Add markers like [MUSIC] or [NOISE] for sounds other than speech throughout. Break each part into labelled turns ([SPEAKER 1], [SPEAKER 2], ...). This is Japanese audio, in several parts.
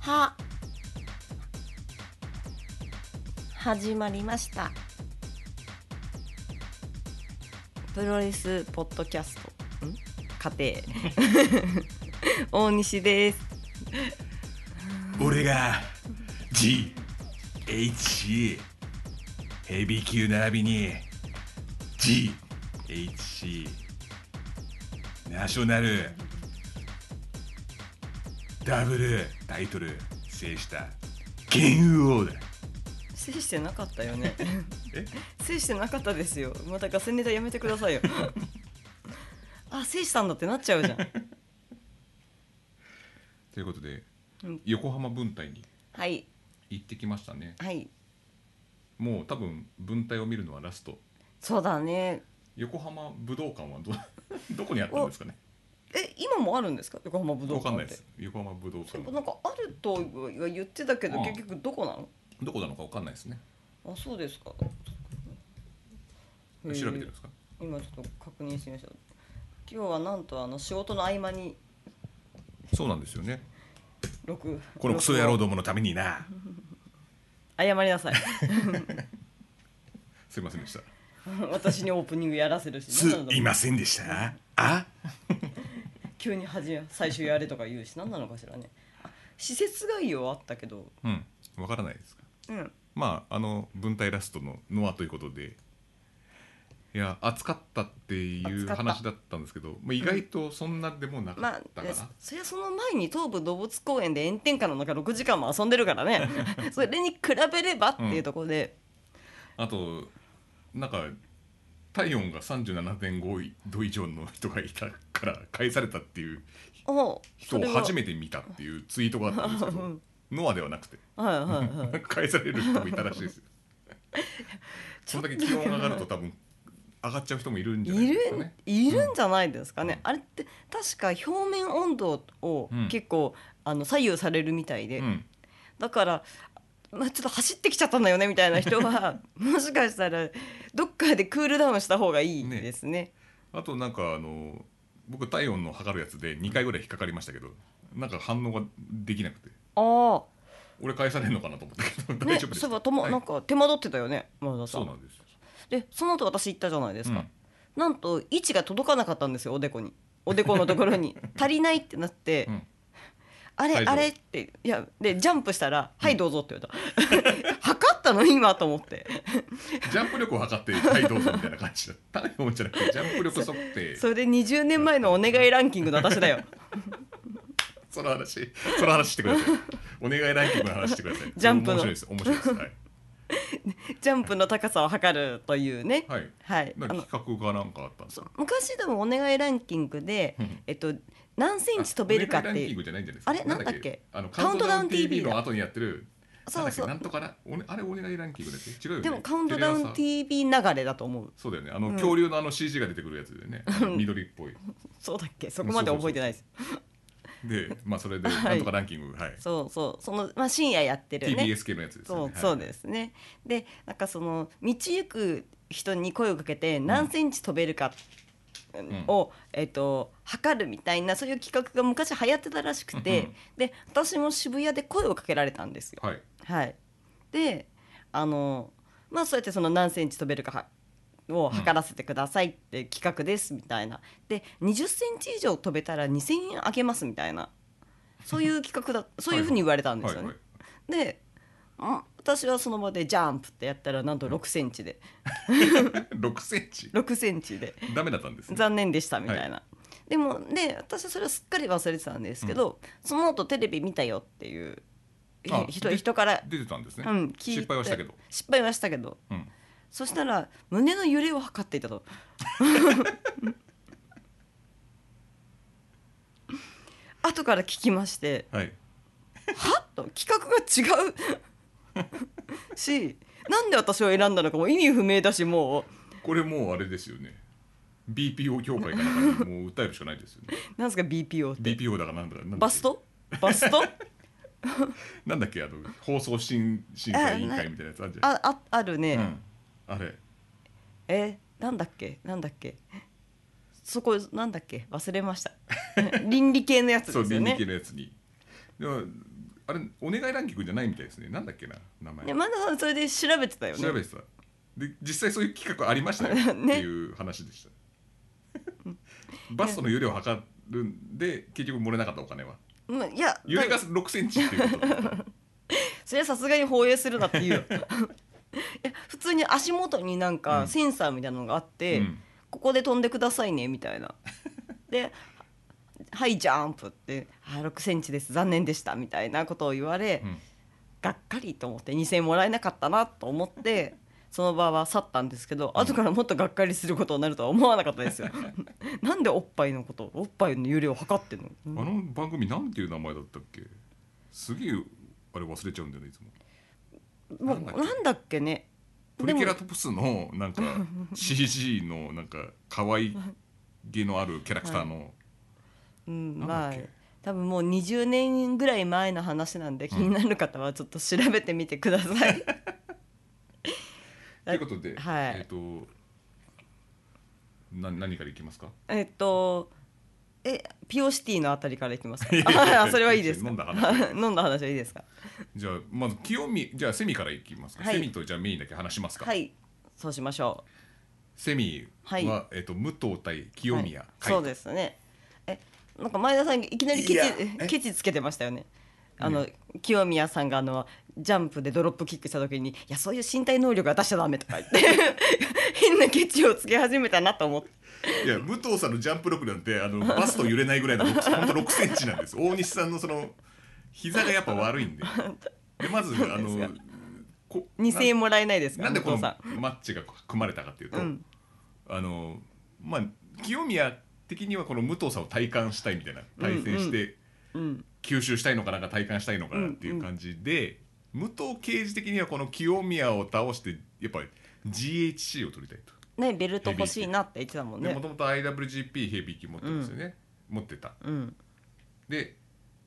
[SPEAKER 1] は始まりましたプロレスポッドキャストん家庭 [LAUGHS] 大西です
[SPEAKER 2] 俺が GHC ヘビー級並びに GHC ナショナルダブルタイトル制した剣王だ
[SPEAKER 1] 制してなかったよね [LAUGHS]
[SPEAKER 2] え
[SPEAKER 1] 制してなかったですよまたガセネタやめてくださいよ [LAUGHS] あ制したんだってなっちゃうじゃん
[SPEAKER 2] ということで
[SPEAKER 1] うん
[SPEAKER 2] 横浜文体に
[SPEAKER 1] [LAUGHS] はい
[SPEAKER 2] 行ってきましたね
[SPEAKER 1] はい
[SPEAKER 2] もう多分文体を見るのはラスト
[SPEAKER 1] そうだね
[SPEAKER 2] 横浜武道館はど [LAUGHS] どこにあったんですかね
[SPEAKER 1] え今もあるんですか横浜武道
[SPEAKER 2] わかん
[SPEAKER 1] 館っ
[SPEAKER 2] ないで
[SPEAKER 1] て
[SPEAKER 2] す横浜武道館
[SPEAKER 1] そうなんかあるとは言ってたけど
[SPEAKER 2] うん
[SPEAKER 1] 結局どこなの
[SPEAKER 2] どこなのかわかんないですね
[SPEAKER 1] あそうですか
[SPEAKER 2] 調べてるんですか
[SPEAKER 1] えー今ちょっと確認してみました今日はなんとあの仕事の合間に
[SPEAKER 2] そうなんですよね
[SPEAKER 1] 録
[SPEAKER 2] このクソ野郎
[SPEAKER 1] 録
[SPEAKER 2] どものためにな
[SPEAKER 1] 音謝りなさい [LAUGHS]
[SPEAKER 2] すいませんでした
[SPEAKER 1] 私にオープニングやらせるし
[SPEAKER 2] す
[SPEAKER 1] 何なの
[SPEAKER 2] いませんでしたあ
[SPEAKER 1] 急に始め最初やれとか言うし何なのかしらねあ施設概要はあったけど
[SPEAKER 2] うんわからないですか
[SPEAKER 1] うん
[SPEAKER 2] まああの文体ラストのノアということでいや暑かったっていう
[SPEAKER 1] 暑かった
[SPEAKER 2] 話だったんですけど、まあ、意外とそんなでもなか
[SPEAKER 1] ま
[SPEAKER 2] った
[SPEAKER 1] あ
[SPEAKER 2] かな、
[SPEAKER 1] そりゃその前に東武動物公園で炎天下の中6時間も遊んでるからね [LAUGHS] それに比べればっていうところで、
[SPEAKER 2] あ、となんか体温が37.5度以上の人がいたから返されたっていう
[SPEAKER 1] お
[SPEAKER 2] 人を初
[SPEAKER 1] め
[SPEAKER 2] めて見たっていうツイートがあったんですけ
[SPEAKER 1] う
[SPEAKER 2] どノアではなくて
[SPEAKER 1] はいはいはい
[SPEAKER 2] 返される人もいたらし
[SPEAKER 1] [LAUGHS]
[SPEAKER 2] いですよ [LAUGHS] そんだけ気温が上がると多分上がっちゃう人もいるんじゃない
[SPEAKER 1] い
[SPEAKER 2] ですか
[SPEAKER 1] る
[SPEAKER 2] ね
[SPEAKER 1] いるんじゃないですかね、
[SPEAKER 2] うん
[SPEAKER 1] あれって確か表面温度を
[SPEAKER 2] うん
[SPEAKER 1] 結構、あの左右されるみたいで、
[SPEAKER 2] うん
[SPEAKER 1] だから、まあ、ちょっと走ってきちゃったんだよねみたいな人
[SPEAKER 2] [LAUGHS]
[SPEAKER 1] はもしかしたらどっかでクールダウンした方がいいですね。
[SPEAKER 2] あとなんかあの僕体温の測るやつで2回ぐらい引っかかりましたけどなんか反応ができなくて
[SPEAKER 1] あ
[SPEAKER 2] 俺返されるのかなと思ったけ
[SPEAKER 1] あ、
[SPEAKER 2] ど
[SPEAKER 1] ね、
[SPEAKER 2] 大丈
[SPEAKER 1] そ
[SPEAKER 2] 夫です
[SPEAKER 1] ういえばとも、
[SPEAKER 2] はい
[SPEAKER 1] なんか手間取ってたよね前田さ
[SPEAKER 2] そ
[SPEAKER 1] ん
[SPEAKER 2] うなんですよ
[SPEAKER 1] でその後私行ったじゃないですか、
[SPEAKER 2] うん
[SPEAKER 1] なんと位置が届かなかったんですよおでこにおでこのところ
[SPEAKER 2] [LAUGHS]
[SPEAKER 1] に足りないってなって、
[SPEAKER 2] うん
[SPEAKER 1] あれ
[SPEAKER 2] はい
[SPEAKER 1] あれっていやでジャンプしたら「はいどうぞ」って言われた [LAUGHS] 測ったの今と思って
[SPEAKER 2] ジャンプ力を測ってはいどうぞみたいな感じだ体温じゃなくてジャンプ力測定そ
[SPEAKER 1] それで20年前のお願いランキングの私だよ
[SPEAKER 2] の話その話してくださいお願いランキングの話してください
[SPEAKER 1] ジャンプの
[SPEAKER 2] 面白いです面白いですはい、
[SPEAKER 1] ジャンプの高さを測るというね
[SPEAKER 2] はい、
[SPEAKER 1] はいあ
[SPEAKER 2] なん
[SPEAKER 1] の
[SPEAKER 2] か企画がなんかあったんですか
[SPEAKER 1] そう昔でもお願いランキングで
[SPEAKER 2] うん、
[SPEAKER 1] えっと、何センチ飛べるかって
[SPEAKER 2] お願い
[SPEAKER 1] い
[SPEAKER 2] ランキン
[SPEAKER 1] う
[SPEAKER 2] グじゃないんじゃないです
[SPEAKER 1] あれなんだっけ
[SPEAKER 2] あの
[SPEAKER 1] カ
[SPEAKER 2] カ
[SPEAKER 1] ウ
[SPEAKER 2] ウ
[SPEAKER 1] ン
[SPEAKER 2] ン
[SPEAKER 1] ト
[SPEAKER 2] ト
[SPEAKER 1] ダ
[SPEAKER 2] ダ
[SPEAKER 1] ウン
[SPEAKER 2] ウン
[SPEAKER 1] TV
[SPEAKER 2] TV の後にやってる
[SPEAKER 1] そう
[SPEAKER 2] なんだっけ
[SPEAKER 1] そう
[SPEAKER 2] なんとかなおねあれお願いランキングだっけ違うよね
[SPEAKER 1] でもカウントダウン
[SPEAKER 2] テレ朝
[SPEAKER 1] TV 流れだと思う
[SPEAKER 2] そうだよねあの、
[SPEAKER 1] うん
[SPEAKER 2] 恐竜のあの CG が出てくるやつでねあの緑っぽい
[SPEAKER 1] そうだっけそこまで覚えてないです [LAUGHS]
[SPEAKER 2] でまあそれで
[SPEAKER 1] はい
[SPEAKER 2] なんとかランキングはい、
[SPEAKER 1] そうそうその、まあ、深夜やってるね
[SPEAKER 2] TBS 系のやつです
[SPEAKER 1] そう
[SPEAKER 2] よね
[SPEAKER 1] そう
[SPEAKER 2] す
[SPEAKER 1] ですね。でなんかその道行く人に声をかけて何センチ飛べるか
[SPEAKER 2] ん
[SPEAKER 1] を、えっ、と測るみたいなそういう企画が昔流行ってたらしくて、
[SPEAKER 2] うんうん
[SPEAKER 1] で私も渋谷で声をかけられたんですよ。
[SPEAKER 2] はい
[SPEAKER 1] はい。であのまあそうやってその何センチ飛べるかはを測らせてくださいって企画ですみたいな。で20センチ以上飛べたら2000円あげますみたいな。そういう企画
[SPEAKER 2] [LAUGHS]
[SPEAKER 1] だそういうふうに言われたんです
[SPEAKER 2] は
[SPEAKER 1] よ
[SPEAKER 2] い
[SPEAKER 1] ね。
[SPEAKER 2] はい
[SPEAKER 1] でん私はその場でジャンプってやったらなんと6センチで
[SPEAKER 2] [LAUGHS] 6センチ
[SPEAKER 1] 6センチで
[SPEAKER 2] ダメだったんですね
[SPEAKER 1] 残念でしたみたいな、でもで私はそれはすっかり忘れてたんですけど、その後テレビ見たよっていうひ
[SPEAKER 2] あ
[SPEAKER 1] 人
[SPEAKER 2] で
[SPEAKER 1] 人から、
[SPEAKER 2] 出てたんですね、
[SPEAKER 1] うん、聞いて
[SPEAKER 2] 失敗はしたけど、
[SPEAKER 1] 失敗はしたけど
[SPEAKER 2] うん、
[SPEAKER 1] そしたら胸の揺れを測っていた
[SPEAKER 2] [LAUGHS]
[SPEAKER 1] と後から聞きまして
[SPEAKER 2] はい
[SPEAKER 1] はっと企画が違うしなんで私を選んだのかも意味不明だしも
[SPEAKER 2] これもうあれですよね BPO 協会かなんかにもう訴えるしかないですよね
[SPEAKER 1] う [LAUGHS] なんですか BPO って
[SPEAKER 2] BPO だからなんだかなんだっけ
[SPEAKER 1] バストバスト
[SPEAKER 2] なんだっけあの放送審審査委員会みたいなやつあるじゃん。
[SPEAKER 1] あああるね、
[SPEAKER 2] うん、あれ
[SPEAKER 1] えーなんだっけなんだっけそこなん
[SPEAKER 2] [LAUGHS]
[SPEAKER 1] だっけ忘れました倫理系のやつ
[SPEAKER 2] そう
[SPEAKER 1] ですよ
[SPEAKER 2] 倫理
[SPEAKER 1] ね
[SPEAKER 2] 系のやつに。でもあれお願いランキングじゃないみたいですねなんだっけな名前
[SPEAKER 1] でまだそれで調べてたよね
[SPEAKER 2] 調べてたで実際そういう企画ありましたよっ
[SPEAKER 1] [LAUGHS]
[SPEAKER 2] て
[SPEAKER 1] ね
[SPEAKER 2] いう話でした、バストの揺れを測るんで結局漏れなかったお金は
[SPEAKER 1] うんいや
[SPEAKER 2] 揺れが6センチってい
[SPEAKER 1] [LAUGHS]
[SPEAKER 2] うことだった
[SPEAKER 1] それはさすがに放映するなって言う
[SPEAKER 2] [LAUGHS]
[SPEAKER 1] よいや普通に足元になん
[SPEAKER 2] う
[SPEAKER 1] か
[SPEAKER 2] ん
[SPEAKER 1] センサーみたいなのがあって、
[SPEAKER 2] うん
[SPEAKER 1] ここで飛んでくださいねみたいなで「はいジャンプ」って「あ6センチです残念でした」みたいなことを言われ、
[SPEAKER 2] うん
[SPEAKER 1] がっかりと思って2,000円もらえなかったなと思ってその場は去ったんですけど、後からもっとがっかりすることになるとは思わなかったですよ [LAUGHS] なんでおっぱいのことおっぱいの揺れを測ってんの、
[SPEAKER 2] あの番組なんていう名前だったっけすげえあれ忘れちゃうんだよねいつも
[SPEAKER 1] も
[SPEAKER 2] なんだ
[SPEAKER 1] う
[SPEAKER 2] っけ
[SPEAKER 1] なんだっけね
[SPEAKER 2] トリケラトプスのなんか CG のなんか可愛げのあるキャラクターの
[SPEAKER 1] うん
[SPEAKER 2] なん
[SPEAKER 1] ま
[SPEAKER 2] だ
[SPEAKER 1] あ
[SPEAKER 2] っけ
[SPEAKER 1] 多分もう20年ぐらい前の話なんで気になる方はちょっと調べてみてくださ
[SPEAKER 2] [LAUGHS]
[SPEAKER 1] い。
[SPEAKER 2] ということで、
[SPEAKER 1] はい
[SPEAKER 2] えっ、とな何からいきますか
[SPEAKER 1] えっとえピオシティのあたりからいきますか
[SPEAKER 2] いやいやいや
[SPEAKER 1] あ [LAUGHS] あそれはいいですか
[SPEAKER 2] 飲んだ話
[SPEAKER 1] [LAUGHS] 飲んだ話はいいですか
[SPEAKER 2] じゃあまず清見じゃあセミからいきますか、
[SPEAKER 1] はい
[SPEAKER 2] セミとじゃあメインだけ話しますか、
[SPEAKER 1] はいそうしましょ
[SPEAKER 2] セミは、
[SPEAKER 1] はい
[SPEAKER 2] えっと武藤対
[SPEAKER 1] う
[SPEAKER 2] 清宮、
[SPEAKER 1] はいそう
[SPEAKER 2] す
[SPEAKER 1] ですねえなんか前田さんいきなりケ
[SPEAKER 2] い
[SPEAKER 1] チ
[SPEAKER 2] やえ
[SPEAKER 1] ケチつけてましたよねあの
[SPEAKER 2] う
[SPEAKER 1] 清宮さんがあのジャンプでドロップキックした時に「いやそういう身体能力は出しちゃダメ」とか言って [LAUGHS] 変なケチをつけ始めたなと思って
[SPEAKER 2] いや武藤さんのジャンプ力なんてあのバスト揺れないぐらいの6本当6センチなんです大西さんのその膝がやっぱ悪いんででまずあ
[SPEAKER 1] [LAUGHS] そうです
[SPEAKER 2] の
[SPEAKER 1] か
[SPEAKER 2] こ
[SPEAKER 1] 2,000円もらえないですか
[SPEAKER 2] なんでこの
[SPEAKER 1] 武藤さん
[SPEAKER 2] マッチが組まれたかっていうと、
[SPEAKER 1] うん
[SPEAKER 2] あのまあ清宮的にはこの武藤さんを体感したいみたいな対戦して、
[SPEAKER 1] うん
[SPEAKER 2] 吸収したいのかなんか体感したいのかなっていう感じで、武藤刑事的にはこの清宮を倒してやっぱり GHC を取りたいと。
[SPEAKER 1] ねベルト欲しいなって言ってたもん
[SPEAKER 2] で
[SPEAKER 1] ね
[SPEAKER 2] もともと IWGP ヘビー級持ってますよね、持ってた
[SPEAKER 1] うん
[SPEAKER 2] で、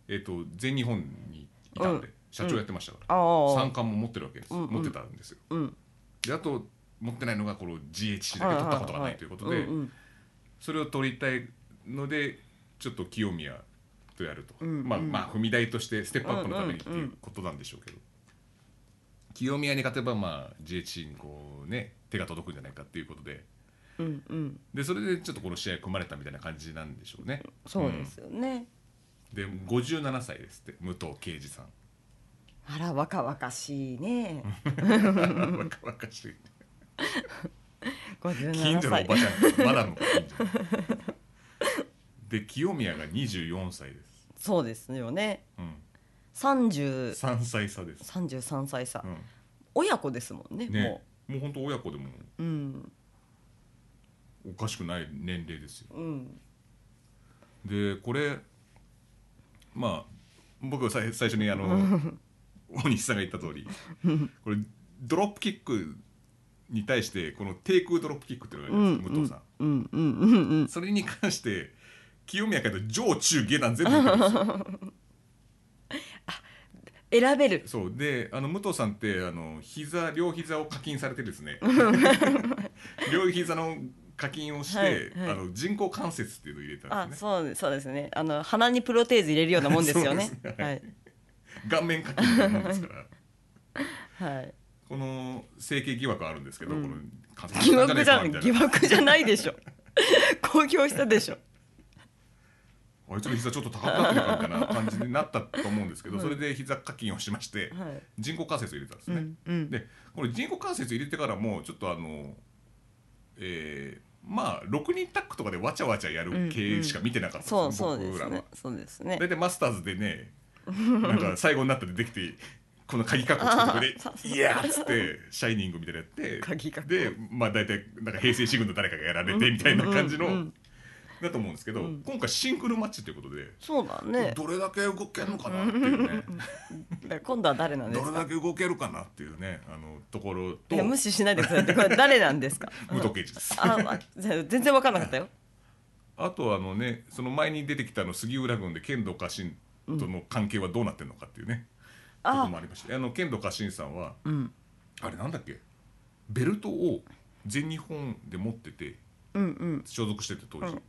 [SPEAKER 2] えっと全日本にいたんで、
[SPEAKER 1] うん
[SPEAKER 2] 社長やってましたから、
[SPEAKER 1] あ
[SPEAKER 2] 三
[SPEAKER 1] あ
[SPEAKER 2] 冠も持ってるわけです、
[SPEAKER 1] うんうん
[SPEAKER 2] 持ってたんですよ
[SPEAKER 1] うん
[SPEAKER 2] であと持ってないのがこの GHC だけ取ったことがないということで、
[SPEAKER 1] はははうんうん
[SPEAKER 2] それを取りたいのでちょっと清宮とやると、
[SPEAKER 1] うん
[SPEAKER 2] まあ、
[SPEAKER 1] うん
[SPEAKER 2] まあ踏み台としてステップアップのためにっていうことなんでしょうけど、清宮に勝てばまあ GHC にこうね手が届くんじゃないかっていうことで
[SPEAKER 1] うんうん
[SPEAKER 2] でそれでちょっとこの試合組まれたみたいな感じなんでしょうね。
[SPEAKER 1] そうですよね、
[SPEAKER 2] で57歳ですって武藤敬
[SPEAKER 1] [LAUGHS]
[SPEAKER 2] 司さん
[SPEAKER 1] あら若々しいね
[SPEAKER 2] 若々しい近
[SPEAKER 1] 57
[SPEAKER 2] 所のお
[SPEAKER 1] 歳
[SPEAKER 2] ばちゃんマダムが近所で清宮が24歳です、
[SPEAKER 1] そうですよね
[SPEAKER 2] うん、
[SPEAKER 1] 30
[SPEAKER 2] 3歳差です、
[SPEAKER 1] 33歳さ、
[SPEAKER 2] うん、
[SPEAKER 1] 親子ですもんね
[SPEAKER 2] ねもう本当親子でも
[SPEAKER 1] もううん
[SPEAKER 2] おかしくない年齢ですよ
[SPEAKER 1] うん
[SPEAKER 2] でこれまあ僕が最最初にあの大西さんが言った通りこれドロップキックに対してこの低空ドロップキックっていうのがありま
[SPEAKER 1] う
[SPEAKER 2] す、
[SPEAKER 1] ん
[SPEAKER 2] 武藤さん
[SPEAKER 1] うんうんうんうん
[SPEAKER 2] それに関して清宮から上中下段全部いけるんですよ
[SPEAKER 1] 選べる
[SPEAKER 2] そうであの武藤さんってあの膝両膝を課金されてで
[SPEAKER 1] [LAUGHS]
[SPEAKER 2] すね両膝の課金をして、
[SPEAKER 1] はいはい
[SPEAKER 2] あの人工関節っていうのを入れた
[SPEAKER 1] あ
[SPEAKER 2] んですね
[SPEAKER 1] そうですそうですねあの鼻にプロテーズ入れるようなもんですよね
[SPEAKER 2] そうです
[SPEAKER 1] はい
[SPEAKER 2] 顔面課金みたいなもんですから [LAUGHS]
[SPEAKER 1] はい
[SPEAKER 2] この整形疑惑はあるんですけど、
[SPEAKER 1] うん
[SPEAKER 2] この関節
[SPEAKER 1] 疑
[SPEAKER 2] なん
[SPEAKER 1] 惑じ
[SPEAKER 2] ねえ
[SPEAKER 1] ゃ
[SPEAKER 2] かみ
[SPEAKER 1] ん
[SPEAKER 2] たいな
[SPEAKER 1] 疑惑じゃないでしょ公表したでしょ
[SPEAKER 2] あいつの膝ちょっと高くなってるかみたいな感じになったと思うんですけど、それで膝課金をしまして、
[SPEAKER 1] はい
[SPEAKER 2] 人工関節を入れたんです
[SPEAKER 1] う
[SPEAKER 2] ね、
[SPEAKER 1] んうん
[SPEAKER 2] でこれ人工関節入れてからもちょっとあのえーまあ6人タックとかでわちゃわちゃやる系しか見てなかった
[SPEAKER 1] そ
[SPEAKER 2] ん
[SPEAKER 1] う
[SPEAKER 2] です、
[SPEAKER 1] そうで
[SPEAKER 2] 僕
[SPEAKER 1] す
[SPEAKER 2] らは
[SPEAKER 1] ね。そうですね
[SPEAKER 2] 大体マスターズでねなんか最後になったら出てきてこの鍵格好
[SPEAKER 1] [LAUGHS]
[SPEAKER 2] つけてくれ「いや!」っつって「シャイニング」みたいなのやって
[SPEAKER 1] 鍵括弧
[SPEAKER 2] でまあ大体なんか平成四軍の誰かがやられてみたいな感じの、
[SPEAKER 1] うんうん
[SPEAKER 2] だと思うんですけど、今回シングルマッチということで、
[SPEAKER 1] そうだね
[SPEAKER 2] どれだけ動けるのかなっていうね
[SPEAKER 1] 今度は誰なんです
[SPEAKER 2] どれだ
[SPEAKER 1] か
[SPEAKER 2] け動けるかなっていうねあのところ
[SPEAKER 1] い
[SPEAKER 2] と
[SPEAKER 1] や無視しないでくださいってこれ誰なんですか
[SPEAKER 2] 武藤刑事です。
[SPEAKER 1] あ、まあ、全然分からなかったよ
[SPEAKER 2] あとはあのねその前に出てきたあの杉浦軍で剣道家臣との関係はどうなってるのかっていうね、
[SPEAKER 1] あ
[SPEAKER 2] こともありましてあの剣道家臣さんは、
[SPEAKER 1] ん
[SPEAKER 2] あれなんだっけベルトを全日本で持ってて
[SPEAKER 1] うんうん
[SPEAKER 2] 所属してて当時、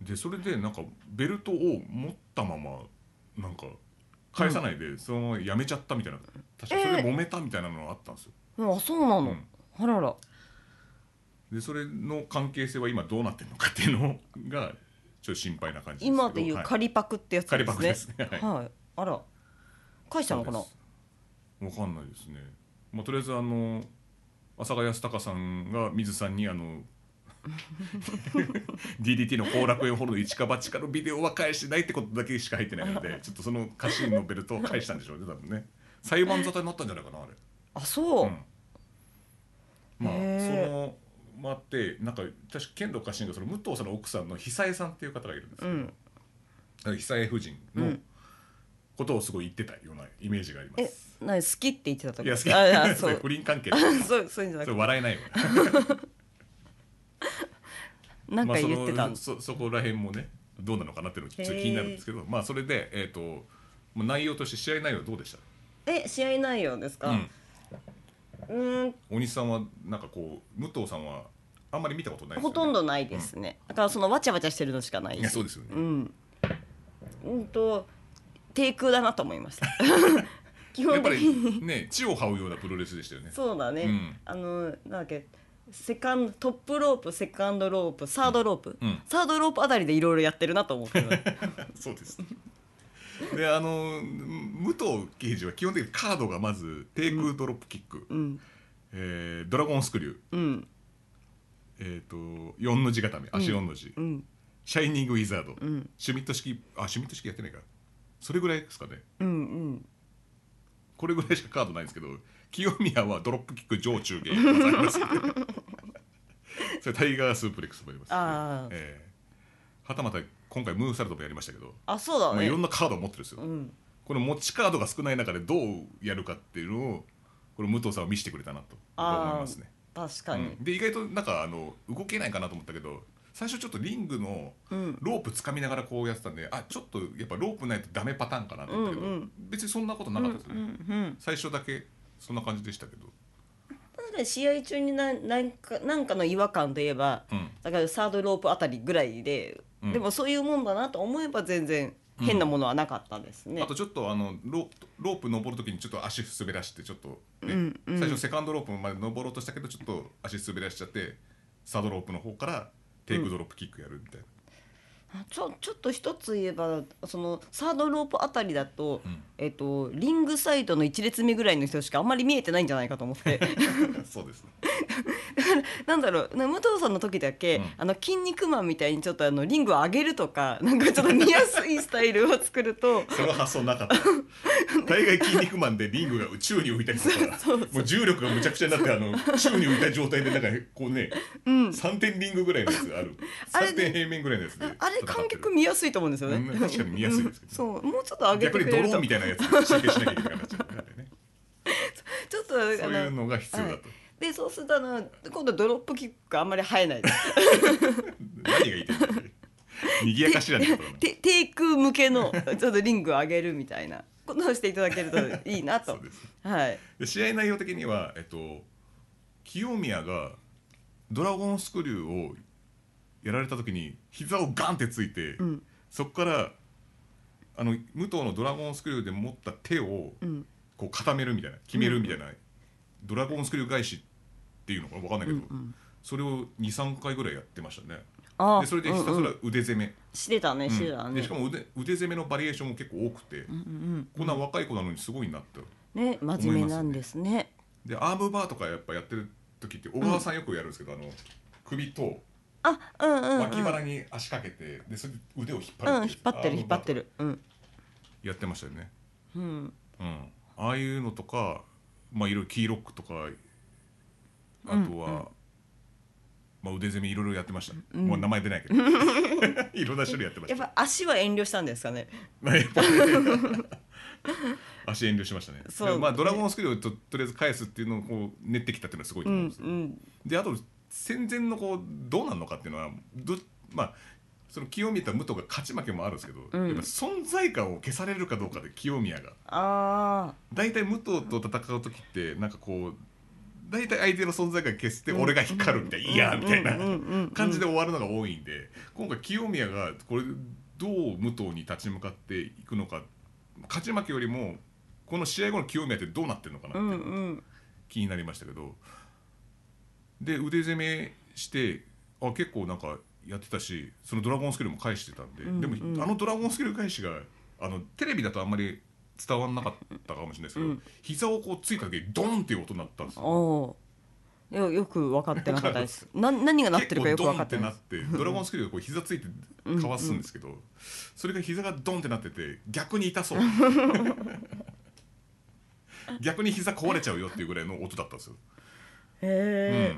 [SPEAKER 2] でそれでなんかベルトを持ったままなんか返さないでそのままやめちゃったみたいな確かそれで揉めたみたいなのがあったんですよ、
[SPEAKER 1] うんあそうなの、
[SPEAKER 2] うん
[SPEAKER 1] あらら
[SPEAKER 2] でそれの関係性は今どうなってるのかっていうのがちょっと心配な感じですけど
[SPEAKER 1] 今でいう
[SPEAKER 2] はい
[SPEAKER 1] 仮パクってやつ
[SPEAKER 2] 仮
[SPEAKER 1] で
[SPEAKER 2] パ
[SPEAKER 1] す
[SPEAKER 2] ク
[SPEAKER 1] ね、
[SPEAKER 2] ですねはい
[SPEAKER 1] はい、あら返したのかな
[SPEAKER 2] そうですわかんないですね、まあ、とりあえずあの浅賀康隆さんが水さんにあの [LAUGHS] DDT の後楽園ホールの一か八かのビデオは返してないってことだけしか入ってないのでちょっとその歌詞のベルトを返したんでしょうね多分ね裁判沙汰になったんじゃないかなあれ
[SPEAKER 1] あそう、
[SPEAKER 2] うん、まあそ
[SPEAKER 1] へー
[SPEAKER 2] のもあってなんか確か剣道家臣がその武藤さんの奥さんの久江さんっていう方がいるんですけど、
[SPEAKER 1] うん
[SPEAKER 2] だから久江夫人
[SPEAKER 1] う
[SPEAKER 2] の
[SPEAKER 1] ん
[SPEAKER 2] ことをすごい言ってたようなイメージがありま
[SPEAKER 1] え
[SPEAKER 2] す。
[SPEAKER 1] なに好きって言ってたと
[SPEAKER 2] いや好き
[SPEAKER 1] あ
[SPEAKER 2] [LAUGHS]
[SPEAKER 1] あ
[SPEAKER 2] そ
[SPEAKER 1] そ
[SPEAKER 2] れ
[SPEAKER 1] う
[SPEAKER 2] 不倫関
[SPEAKER 1] [LAUGHS]
[SPEAKER 2] 係
[SPEAKER 1] そうそういうんじゃなく
[SPEAKER 2] それ
[SPEAKER 1] て
[SPEAKER 2] 笑えないよ
[SPEAKER 1] なんか
[SPEAKER 2] まあそ
[SPEAKER 1] 言ってたん
[SPEAKER 2] の
[SPEAKER 1] です、
[SPEAKER 2] そそこら辺もねどうなのかなっていうのちょっと
[SPEAKER 1] へー
[SPEAKER 2] 気になるんですけどまあそれでえっ、ともう内容として試合内容はどうでした
[SPEAKER 1] え試合内容ですか、
[SPEAKER 2] うん
[SPEAKER 1] うーん
[SPEAKER 2] 大西さんはなんかこう武藤さんはあんまり見たことないですよ
[SPEAKER 1] ほ
[SPEAKER 2] ね
[SPEAKER 1] とんどないですね、だからそのわちゃわちゃしてるのしかない
[SPEAKER 2] いやそうですよね、
[SPEAKER 1] うんうんと低空だなと思いま
[SPEAKER 2] [LAUGHS]
[SPEAKER 1] した基
[SPEAKER 2] やっ
[SPEAKER 1] 本
[SPEAKER 2] ぱ
[SPEAKER 1] 的に
[SPEAKER 2] りね地を這うようなプロレスでしたよね
[SPEAKER 1] そうだね、
[SPEAKER 2] うん
[SPEAKER 1] あのなんだっけセカンドトップロープセカンドロープサードロープ、
[SPEAKER 2] うん
[SPEAKER 1] サードロープあたりでいろいろやってるなと思って
[SPEAKER 2] [LAUGHS] そうです。であの武藤刑事は基本的にカードがまず低空ドロップキック、
[SPEAKER 1] うん
[SPEAKER 2] えードラゴンスクリュー、
[SPEAKER 1] うん
[SPEAKER 2] えー、と4の字固め足4の字、
[SPEAKER 1] うん
[SPEAKER 2] シャイニングウィザード、
[SPEAKER 1] うん
[SPEAKER 2] シュミット式あシュミット式やってないかそれぐらいですかね
[SPEAKER 1] うんうん
[SPEAKER 2] これぐらいしかカードないんですけど清宮はドロップキック上中下 [LAUGHS] ございますそれタイガースープレックスもあります、
[SPEAKER 1] あー
[SPEAKER 2] えーはたまた今回ムーンサルトもやりましたけど、
[SPEAKER 1] あそうだ
[SPEAKER 2] まあ、
[SPEAKER 1] ね
[SPEAKER 2] いろんなカードを持ってるんですよ、
[SPEAKER 1] うん
[SPEAKER 2] この持ちカードが少ない中でどうやるかっていうのをこの武藤さんは見せてくれたなと僕は思い
[SPEAKER 1] あ
[SPEAKER 2] ますね。
[SPEAKER 1] あ確かに
[SPEAKER 2] うんで意外となんかあの動けないかなと思ったけど最初ちょっとリングの
[SPEAKER 1] うん
[SPEAKER 2] ロープ掴みながらこうやってたんであちょっとやっぱロープないとダメパターンかなと思ったけど、
[SPEAKER 1] うんうん
[SPEAKER 2] 別にそんなことな
[SPEAKER 1] う
[SPEAKER 2] か
[SPEAKER 1] ん
[SPEAKER 2] ったですね、
[SPEAKER 1] うん
[SPEAKER 2] 最初だけそんな感じでしたけど、
[SPEAKER 1] 確かに試合中にななんかなんかの違和感といえば
[SPEAKER 2] うん、
[SPEAKER 1] だからサードロープあたりぐらいで、
[SPEAKER 2] うん
[SPEAKER 1] でもそういうもんだなと思えば全然変なものはなかったですね。
[SPEAKER 2] あとちょっとあのロープロープ登るときにちょっと足滑らしてちょっと、ね
[SPEAKER 1] うんうん
[SPEAKER 2] 最初セカンドロープまで登ろうとしたけどちょっと足滑らしちゃってサードロープの方からテイクドロップキックやるみたいな。
[SPEAKER 1] あちょちょっと一つ言えばそのサードロープあたりだと,、
[SPEAKER 2] うん
[SPEAKER 1] えっとリングサイドの1列目ぐらいの人しかあんまり見えてないんじゃないかと思って
[SPEAKER 2] [LAUGHS] そうですね。
[SPEAKER 1] なんだろうな武藤さんの時だけ、
[SPEAKER 2] うん
[SPEAKER 1] あの筋肉マンみたいにちょっとあのリングを上げるとかなんかちょっと見やすいスタイルを作る
[SPEAKER 2] [LAUGHS]
[SPEAKER 1] と
[SPEAKER 2] その発想なかった。大概筋肉マンでリングが宇宙に浮いたりと
[SPEAKER 1] [LAUGHS]
[SPEAKER 2] か、もう重力がむちゃくちゃになってあの宙に浮いた状態でなんかこうね、三点リングぐらいのやつある。
[SPEAKER 1] あれ
[SPEAKER 2] 三点平面ぐらいのやつで戦ってる。
[SPEAKER 1] あれ観客見やすいと思うんですよね。
[SPEAKER 2] うん確かに見やすいですけど
[SPEAKER 1] そうもうちょっと上げてく
[SPEAKER 2] 逆に
[SPEAKER 1] れ
[SPEAKER 2] ド
[SPEAKER 1] る
[SPEAKER 2] ロー
[SPEAKER 1] と
[SPEAKER 2] ンみたいなやつに集計しなきゃいけなくな
[SPEAKER 1] [LAUGHS]
[SPEAKER 2] っちゃうからね。
[SPEAKER 1] ちょっとあ
[SPEAKER 2] そういうのが必要だと。
[SPEAKER 1] でそうするとあの今度ドロップキックがあんまり生えないです
[SPEAKER 2] 何が言いたいんだろう。賑やかしらね。これは
[SPEAKER 1] て低空向けのちょっとリングを上げるみたいなことをしていただけるといいな
[SPEAKER 2] そ
[SPEAKER 1] と
[SPEAKER 2] う。です。
[SPEAKER 1] はい、
[SPEAKER 2] で試合内容的には、えっと、清宮がドラゴンスクリューをやられた時に膝をガンってついて、
[SPEAKER 1] ん
[SPEAKER 2] そこからあの武藤のドラゴンスクリューで持った手を
[SPEAKER 1] うん、
[SPEAKER 2] こう固めるみたいな決めるみたいな、ドラゴンスクリュー返しっていうのか分かんないけど、それを23回ぐらいやってましたね
[SPEAKER 1] あ
[SPEAKER 2] でそれでひたす
[SPEAKER 1] うんう
[SPEAKER 2] ら
[SPEAKER 1] ん
[SPEAKER 2] 腕攻め、
[SPEAKER 1] してたねしてた
[SPEAKER 2] うんで
[SPEAKER 1] ね
[SPEAKER 2] しかも腕腕攻めのバリエーションも結構多くて、
[SPEAKER 1] うん
[SPEAKER 2] こんな若い子なのにすごいなって
[SPEAKER 1] うんね真面目なんですね
[SPEAKER 2] でアームバーとかやっぱやってる時って小川さんよくやるんですけど、あの首と
[SPEAKER 1] あうんうん、うん、
[SPEAKER 2] 脇腹に足かけて、でそれで腕を引っ張る
[SPEAKER 1] うん引っ張ってる引っ張って
[SPEAKER 2] る
[SPEAKER 1] るうん
[SPEAKER 2] やってましたよね、
[SPEAKER 1] うん
[SPEAKER 2] うん、ああいうのとかまあいろいろキーロックとかあとは、まあ、腕攻めいろいろやってました、もう名前出ないけど
[SPEAKER 1] [LAUGHS]
[SPEAKER 2] いろんな種類やって
[SPEAKER 1] や
[SPEAKER 2] まし
[SPEAKER 1] ったぱ足は遠慮したんですかね
[SPEAKER 2] [LAUGHS] まあやっ
[SPEAKER 1] [LAUGHS]
[SPEAKER 2] ぱ足遠慮しましたね
[SPEAKER 1] そう
[SPEAKER 2] でまあ、ドラゴンスクリューをととりあえず返すっていうのをこう練ってきたっていうのはすごいと
[SPEAKER 1] う
[SPEAKER 2] 思うん
[SPEAKER 1] ん
[SPEAKER 2] ですよ、
[SPEAKER 1] うん
[SPEAKER 2] であと戦前のこうどうなんのかっていうのはどまあその清宮と武藤が勝ち負けもあるんですけど、
[SPEAKER 1] うん
[SPEAKER 2] やっぱ存在感を消されるかどうかで清宮が
[SPEAKER 1] あ
[SPEAKER 2] 大体武藤と戦う時ってなんかこう大体相手の存在感消して俺が光るみたいな「いや」みたいな
[SPEAKER 1] うんうんうんうん
[SPEAKER 2] 感じで終わるのが多いんで今回清宮がこれどう武藤に立ち向かっていくのか勝ち負けよりもこの試合後の清宮ってどうなってるのかなって
[SPEAKER 1] う
[SPEAKER 2] いうんの
[SPEAKER 1] う
[SPEAKER 2] が
[SPEAKER 1] ん
[SPEAKER 2] 気になりましたけどで腕攻めしてあ結構なんかやってたしそのドラゴンスキルも返してたんで、
[SPEAKER 1] うんうん
[SPEAKER 2] でもあのドラゴンスキル返しがあのテレビだとあんまり伝わんなかったかもしれないですけど、
[SPEAKER 1] うん
[SPEAKER 2] 膝をこうついただけでドーンっていう音になったんですよ。
[SPEAKER 1] おーよよく分かってなかった
[SPEAKER 2] [LAUGHS]
[SPEAKER 1] ですな何がなってるかよく分かってない
[SPEAKER 2] 結構ドンってなってドラゴンスキルがこう膝ついてかわすんですけど、それが膝がドンってなってて逆に痛
[SPEAKER 1] [LAUGHS]
[SPEAKER 2] そう逆に膝壊れちゃうよっていうぐらいの音だったんですよ、
[SPEAKER 1] へ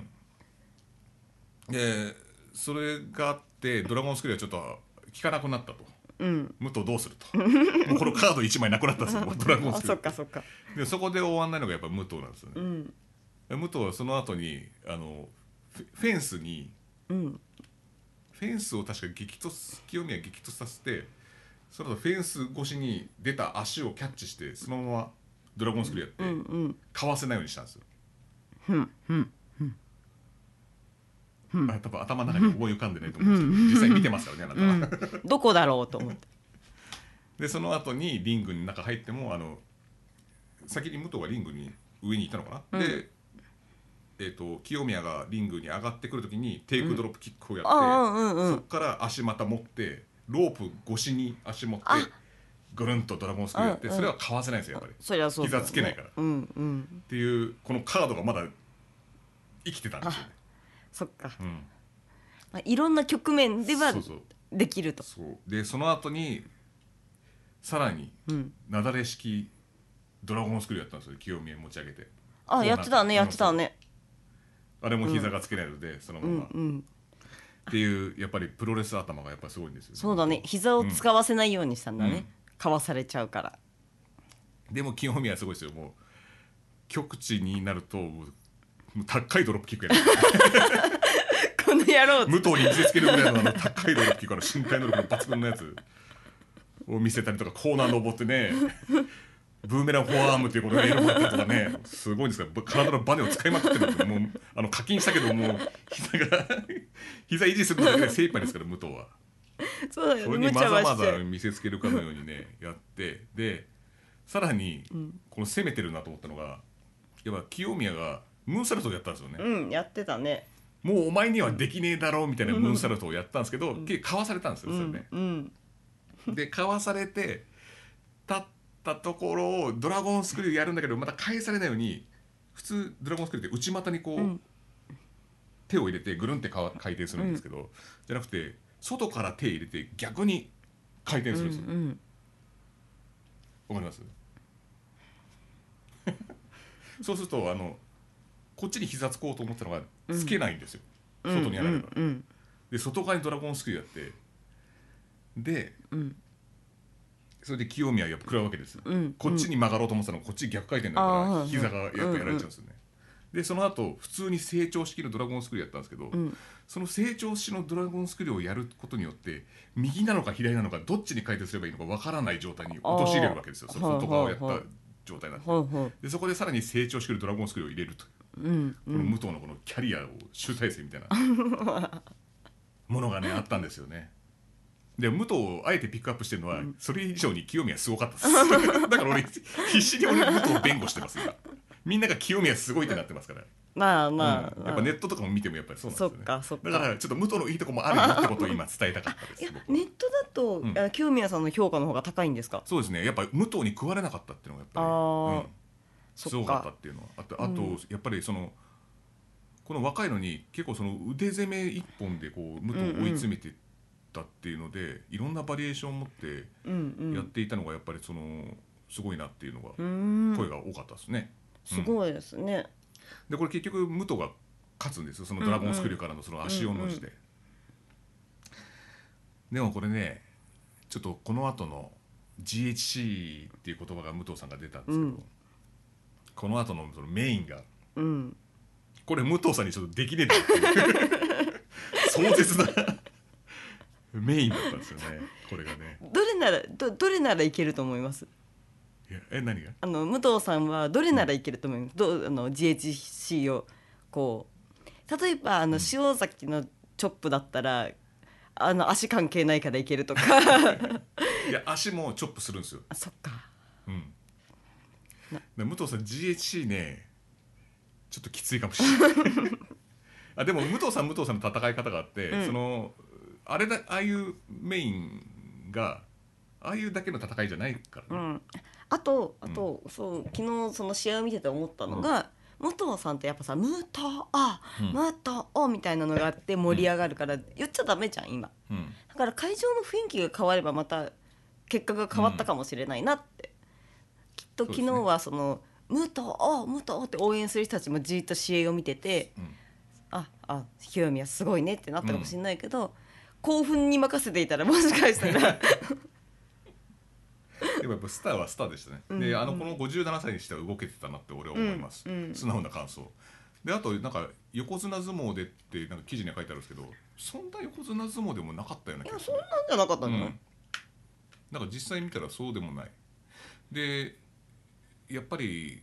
[SPEAKER 2] うん、でそれがあってドラゴンスキルがちょっと効かなくなったと
[SPEAKER 1] えうん
[SPEAKER 2] 武藤どうすると [LAUGHS] もうこのカード1枚なくなったんですよもうドラゴ
[SPEAKER 1] [LAUGHS]
[SPEAKER 2] ン
[SPEAKER 1] あ
[SPEAKER 2] スキ
[SPEAKER 1] そ
[SPEAKER 2] ル
[SPEAKER 1] っかそっか
[SPEAKER 2] でそこで終わんないのがやっぱ武藤なんですよね
[SPEAKER 1] う、ん
[SPEAKER 2] で武藤はその後にあのフェフェンスに
[SPEAKER 1] うん
[SPEAKER 2] フェンスを確か激突清宮激突させてその後フェンス越しに出た足をキャッチしてそのままドラゴンスクリューやって、
[SPEAKER 1] うんうん
[SPEAKER 2] かわせないようにしたんですよ。
[SPEAKER 1] うんうん
[SPEAKER 2] あ多分頭の中に思い浮かんでないと思うんですけど実際見てますからねあなたは。
[SPEAKER 1] どこだろうと思って
[SPEAKER 2] [LAUGHS] でその後にリングに中入ってもあの先に武藤がリングに上にいたのかな、
[SPEAKER 1] うん
[SPEAKER 2] で、えー、と清宮がリングに上がってくる時にテイクドロップキックをやって、
[SPEAKER 1] ああうんうんう
[SPEAKER 2] そ
[SPEAKER 1] ん
[SPEAKER 2] こから足また持ってロープ越しに足持って
[SPEAKER 1] あ
[SPEAKER 2] ぐるんとドラゴンスクリューやって
[SPEAKER 1] うんうん
[SPEAKER 2] それはかわせないんですよやっぱり。
[SPEAKER 1] そりゃそうだよね
[SPEAKER 2] 膝つけないから
[SPEAKER 1] うんうん
[SPEAKER 2] っていうこのカードがまだ生きてたんですよね。
[SPEAKER 1] そっか
[SPEAKER 2] うん、
[SPEAKER 1] まあいろんな局面では
[SPEAKER 2] そうそう
[SPEAKER 1] できると
[SPEAKER 2] そうでその後にさらに
[SPEAKER 1] うん
[SPEAKER 2] 雪崩式ドラゴンスクリューやったんですよ清宮持ち上げて
[SPEAKER 1] あやってたねやってたね
[SPEAKER 2] あれも膝がつけないので、その
[SPEAKER 1] う
[SPEAKER 2] ま
[SPEAKER 1] ん
[SPEAKER 2] ま、
[SPEAKER 1] うん
[SPEAKER 2] っていうやっぱりプロレス頭がやっぱすごいんですよ、
[SPEAKER 1] そうだね膝を使わせないようにしたんだね、かわされちゃうから [LAUGHS]
[SPEAKER 2] でも清宮はすごいですよもう極地になるともうもう高いドロップキックやる
[SPEAKER 1] この野郎
[SPEAKER 2] 武藤に見せつけるぐらいのあの高いドロップキックあの身体能力の抜群のやつを見せたりとかコーナー登ってねブーメランフォアアームっていうこのエロバットとかねすごいんですから体のバネを使いまくってるんですよもうあの課金したけどもう膝が膝維持するのだけで精一杯ですから武藤は。
[SPEAKER 1] そうだよ
[SPEAKER 2] それ
[SPEAKER 1] ね無
[SPEAKER 2] にま
[SPEAKER 1] 茶
[SPEAKER 2] ざ
[SPEAKER 1] は
[SPEAKER 2] ま
[SPEAKER 1] しちゃ
[SPEAKER 2] ざ
[SPEAKER 1] う
[SPEAKER 2] 見せつけるかのようにねやってでさらにこの攻めてるなと思ったのがやっぱ清宮がムーンサルトをやったんですよね、
[SPEAKER 1] うんやってたね
[SPEAKER 2] もうお前にはできねえだろうみたいなムーンサルトをやったんですけど、結構かわされたんですよ
[SPEAKER 1] う
[SPEAKER 2] それ
[SPEAKER 1] ん
[SPEAKER 2] ね、
[SPEAKER 1] うん
[SPEAKER 2] でかわされて立ったところをドラゴンスクリューやるんだけどまた返されないように普通ドラゴンスクリューって内股にこう、
[SPEAKER 1] ん
[SPEAKER 2] 手を入れてぐるんってか回転するんですけど、じゃなくて外から手入れて逆に回転す
[SPEAKER 1] う
[SPEAKER 2] る
[SPEAKER 1] ん
[SPEAKER 2] ん
[SPEAKER 1] う
[SPEAKER 2] ですよ、
[SPEAKER 1] ん
[SPEAKER 2] わかります [LAUGHS] そうするとあのこっちに膝つこうと思ったのがつけないんですよ、
[SPEAKER 1] うん
[SPEAKER 2] 外にやられるから、
[SPEAKER 1] うんうん
[SPEAKER 2] で外側にドラゴンスクリューやってで
[SPEAKER 1] うん
[SPEAKER 2] それで清宮はやっぱ食らうわけですよ、
[SPEAKER 1] うん
[SPEAKER 2] こっちに曲がろうと思ってたのがこっちに逆回転だ
[SPEAKER 1] あ
[SPEAKER 2] か
[SPEAKER 1] ー
[SPEAKER 2] ら膝がやっぱやられちゃうんですよね、でその後普通に成長式のドラゴンスクリューやったんですけど、
[SPEAKER 1] ん
[SPEAKER 2] その成長式のドラゴンスクリューをやることによって右なのか左なのかどっちに回転すればいいのかわからない状態に陥れるわけですよ
[SPEAKER 1] あー
[SPEAKER 2] その外側をやっ
[SPEAKER 1] はいはいは
[SPEAKER 2] た
[SPEAKER 1] い
[SPEAKER 2] 状態なんです
[SPEAKER 1] ほうほ
[SPEAKER 2] でそこでさらに成長してくるドラゴンスクリューを入れるという
[SPEAKER 1] うん
[SPEAKER 2] う、この武藤のこのキャリアを集大成みたい
[SPEAKER 1] [LAUGHS]
[SPEAKER 2] なものがねあったんですよねで武藤をあえてピックアップしてるのは、それ以上に清宮すごかったです
[SPEAKER 1] [LAUGHS]
[SPEAKER 2] だから俺必死に俺武藤を弁護してます今みんなが清宮すごいってなってますから、
[SPEAKER 1] まあま
[SPEAKER 2] う
[SPEAKER 1] あ
[SPEAKER 2] んやっぱネットとかも見てもやっぱりそうなんですよね
[SPEAKER 1] そっかそっか
[SPEAKER 2] だからちょっと武藤のいいとこもあるよってことを今伝えたかったです
[SPEAKER 1] [LAUGHS] いや
[SPEAKER 2] 僕は
[SPEAKER 1] ネットだと
[SPEAKER 2] ん
[SPEAKER 1] あ清宮さんの評価の方が高いんですか
[SPEAKER 2] そうですねやっぱ武藤に食われなかったっていうのがやっぱり
[SPEAKER 1] あー
[SPEAKER 2] うん
[SPEAKER 1] そっ
[SPEAKER 2] すご
[SPEAKER 1] か
[SPEAKER 2] かったっていうのはあとあと、やっぱりそのこの若いのに結構その腕攻め一本でこう武藤を追い詰めてったっていうので、いろんなバリエーションを持って
[SPEAKER 1] うんうん
[SPEAKER 2] やっていたのがやっぱりそのすごいなっていうのが
[SPEAKER 1] うーん
[SPEAKER 2] 声が多かったですね。
[SPEAKER 1] すごいですね
[SPEAKER 2] でこれ結局武藤が勝つんですよそのドラゴンスクリューからのその足4の字で、でもこれねちょっとこの後の GHC っていう言葉が武藤さんが出たんですけ
[SPEAKER 1] う
[SPEAKER 2] ど、
[SPEAKER 1] ん
[SPEAKER 2] この後のそのメインが
[SPEAKER 1] うん
[SPEAKER 2] これ武藤さんにちょっとできねえだろっていう
[SPEAKER 1] [LAUGHS]
[SPEAKER 2] 壮絶なメインだったんですよねこれがね
[SPEAKER 1] どれならどどれならいけると思います
[SPEAKER 2] いやえ何が
[SPEAKER 1] あの武藤さんはどれならいけると思います、どうあの GHC をこう例えばあの塩崎のチョップだったらあの足関係ないからいけるとか
[SPEAKER 2] いや足もチョップするんですよ
[SPEAKER 1] [LAUGHS] あそっか
[SPEAKER 2] うん
[SPEAKER 1] な
[SPEAKER 2] で武藤さん GHC ねちょっときついかもしれない
[SPEAKER 1] [LAUGHS]
[SPEAKER 2] あでも武藤さん武藤さんの戦い方があって、
[SPEAKER 1] うん
[SPEAKER 2] そのあれだああいうメインがああいうだけの戦いじゃないから
[SPEAKER 1] う
[SPEAKER 2] ね、
[SPEAKER 1] ん、あとあと、そう昨日その試合を見てて思ったのが、武藤さんってやっぱさ「ムートあ
[SPEAKER 2] うん
[SPEAKER 1] ムートお」みたいなのがあって盛り上がるから、言っちゃダメじゃん今
[SPEAKER 2] うん
[SPEAKER 1] だから会場の雰囲気が変わればまた結果が変わったかもしれないなって、きっと昨日はその「ムートおムートお」って応援する人たちもじーっと試合を見てて
[SPEAKER 2] うん
[SPEAKER 1] ああ清宮すごいねってなったかもしれないけど、興奮に任せていたらもしか
[SPEAKER 2] [LAUGHS]
[SPEAKER 1] したら
[SPEAKER 2] でもやっぱスターはスターでしたね、
[SPEAKER 1] うん
[SPEAKER 2] であのこの57歳にしては動けてたなって俺は思います、
[SPEAKER 1] うんうん
[SPEAKER 2] 素直な感想であとなんか横綱相撲でってなんか記事には書いてあるんですけどそんな横綱相撲でもなかったようない気
[SPEAKER 1] や
[SPEAKER 2] がす
[SPEAKER 1] そ
[SPEAKER 2] る
[SPEAKER 1] んなんじゃなかったの、
[SPEAKER 2] うんなんか実際見たらそうでもないでやっぱり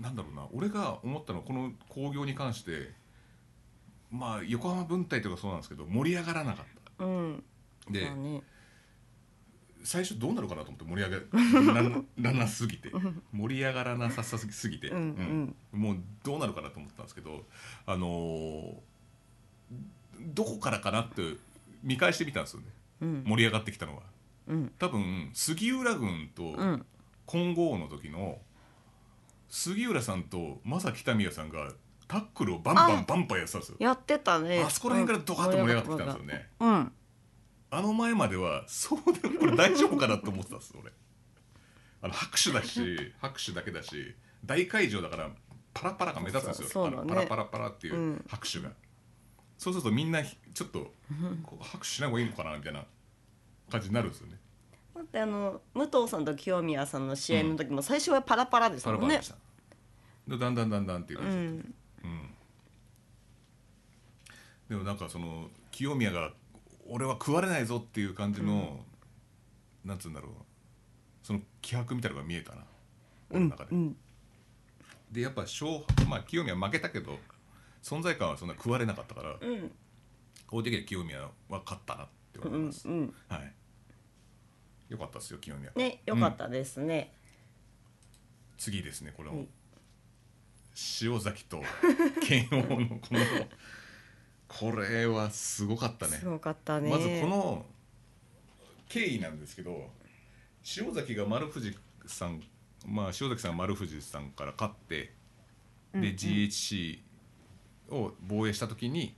[SPEAKER 2] なんだろうな俺が思ったのはこの興行に関してまあ横浜文体とかそうなんですけど盛り上がらなかっ
[SPEAKER 1] うん、
[SPEAKER 2] たで
[SPEAKER 1] まあね
[SPEAKER 2] 最初どうなるかなと思って盛り上が
[SPEAKER 1] [LAUGHS]
[SPEAKER 2] らななすぎて盛り上がらなさすぎて、
[SPEAKER 1] うんうん
[SPEAKER 2] うんもうどうなるかなと思ったんですけどあのーどこからかなって見返してみたんですよね
[SPEAKER 1] うん
[SPEAKER 2] 盛り上がってきたのは
[SPEAKER 1] うん
[SPEAKER 2] 多分杉浦軍と
[SPEAKER 1] うん
[SPEAKER 2] 金剛の時の杉浦さんと正木民也さんがタックルをバンバンバンバンやってたんですよ
[SPEAKER 1] やってたね
[SPEAKER 2] あそこら辺からドカッと盛り上がってきたんですよね
[SPEAKER 1] うん
[SPEAKER 2] あの前まではそうでもこれ大丈夫かなと思ってたんです俺あの拍手だ [LAUGHS] し拍手だけだし大会場だからパラパラが目立つんですよ
[SPEAKER 1] そうそうそ
[SPEAKER 2] あの
[SPEAKER 1] うだ
[SPEAKER 2] パ
[SPEAKER 1] ね
[SPEAKER 2] ラパラパラっていううん拍手が、そうするとみんなひちょっとこう拍手しない方がいいのかなみたいな感じになるんですよね
[SPEAKER 1] だってあの武藤さんと清宮さんの試合の時も最初はパラパラでした
[SPEAKER 2] パラ
[SPEAKER 1] もん
[SPEAKER 2] パラ
[SPEAKER 1] ね
[SPEAKER 2] でした、でだんだんだんだんっていう
[SPEAKER 1] う
[SPEAKER 2] 感じで、
[SPEAKER 1] ん
[SPEAKER 2] でもなんかその清宮が俺は食われないぞっていう感じの、なんつうんだろうその気迫みたいなのが見えたな
[SPEAKER 1] う
[SPEAKER 2] 俺の
[SPEAKER 1] ん
[SPEAKER 2] 中で、
[SPEAKER 1] うん
[SPEAKER 2] でやっぱ勝まあ清宮は負けたけど存在感はそんな食われなかったから、
[SPEAKER 1] うん
[SPEAKER 2] こういう時は清宮は勝ったなって
[SPEAKER 1] う
[SPEAKER 2] 思い
[SPEAKER 1] ん
[SPEAKER 2] ます、
[SPEAKER 1] うん
[SPEAKER 2] はいよかったですよ清宮、
[SPEAKER 1] ね良かったですね
[SPEAKER 2] 次ですねこれ
[SPEAKER 1] は
[SPEAKER 2] も
[SPEAKER 1] い
[SPEAKER 2] 塩崎と拳王のこのこれはすごかったね
[SPEAKER 1] すごかったね
[SPEAKER 2] まずこの経緯なんですけど塩崎が丸藤さんまあ塩崎さんは丸藤さんから勝ってで、
[SPEAKER 1] うんうん
[SPEAKER 2] GHC を防衛した時に、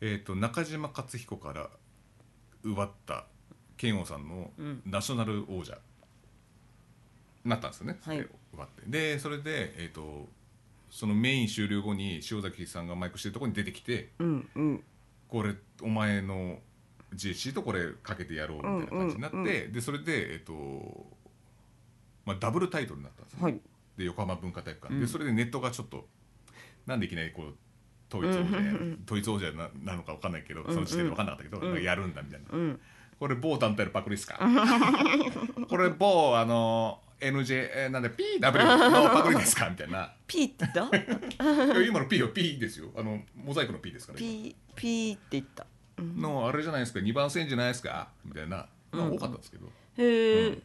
[SPEAKER 2] えー、と中島克彦から奪った拳王さんの
[SPEAKER 1] うん
[SPEAKER 2] ナショナル王者になったんですよね、
[SPEAKER 1] はい
[SPEAKER 2] それを奪ってでそれで、えー、とそのメイン終了後に塩崎さんがマイクしてるところに出てきて、
[SPEAKER 1] うんうん
[SPEAKER 2] これお前の GC とこれかけてやろうみたいな感じになって、
[SPEAKER 1] うんうん
[SPEAKER 2] でそれでえっとまあダブルタイトルになったんですよ、
[SPEAKER 1] はい
[SPEAKER 2] で横浜文化体育館、
[SPEAKER 1] う
[SPEAKER 2] で
[SPEAKER 1] ん
[SPEAKER 2] それでネットがちょっとなんでいきなりこう統一王者や
[SPEAKER 1] うんうんうん
[SPEAKER 2] 統一王者ななのか分かんないけど
[SPEAKER 1] ん
[SPEAKER 2] その時点で分かんなかったけど、
[SPEAKER 1] ん
[SPEAKER 2] なんかやるんだみたいな、
[SPEAKER 1] うん
[SPEAKER 2] これ某団体のパクリっすか [LAUGHS] これ某あの NJ えーなんで PW のパクリですかみたいな
[SPEAKER 1] P って言った
[SPEAKER 2] [LAUGHS] いや今の P は P ですよあのモザイクの P ですから今
[SPEAKER 1] P P って言った
[SPEAKER 2] のあれじゃないですか2番線じゃないですかみたいなのが多かったんですけど、
[SPEAKER 1] へ
[SPEAKER 2] う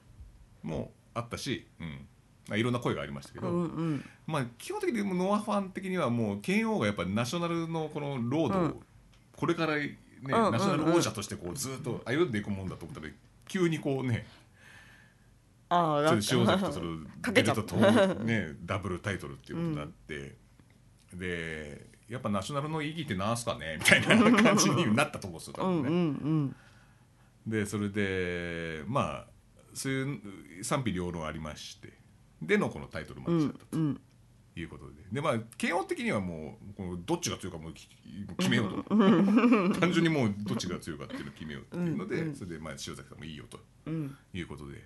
[SPEAKER 1] え
[SPEAKER 2] んもうあったし、うんまあ、いろんな声がありましたけ
[SPEAKER 1] う
[SPEAKER 2] ど、
[SPEAKER 1] んうん
[SPEAKER 2] まあ、基本的にノアファン的にはもう慶応がやっぱナショナルのこのロードを、
[SPEAKER 1] うん
[SPEAKER 2] これから、ね
[SPEAKER 1] うん
[SPEAKER 2] ナショナル王者としてこうずっと歩んでいくもんだと思ったら急にこうね
[SPEAKER 1] ああ
[SPEAKER 2] ち
[SPEAKER 1] な
[SPEAKER 2] ょ
[SPEAKER 1] ん
[SPEAKER 2] っと塩崎とそ
[SPEAKER 1] か
[SPEAKER 2] のベ
[SPEAKER 1] けちゃ
[SPEAKER 2] ル
[SPEAKER 1] っ
[SPEAKER 2] ト
[SPEAKER 1] た
[SPEAKER 2] と、ね、ダブルタイトルっていうことになって、でやっぱナショナルの意義ってなんすかねみたいな感じになったと思うんですよ多
[SPEAKER 1] う
[SPEAKER 2] 分ね。
[SPEAKER 1] んうんうん
[SPEAKER 2] でそれでまあそういう賛否両論ありましてでのこのタイトルマ
[SPEAKER 1] う
[SPEAKER 2] ッチだっ
[SPEAKER 1] ん
[SPEAKER 2] た
[SPEAKER 1] うん
[SPEAKER 2] ということで、でまあ慶応的にはもうこのどっちが強いかもうき決めようと [LAUGHS] 単純にもうどっちが強いかっていうのを決めようっていうので、
[SPEAKER 1] うんうん
[SPEAKER 2] それでまあ塩崎さんもいいよと
[SPEAKER 1] うん
[SPEAKER 2] いうことで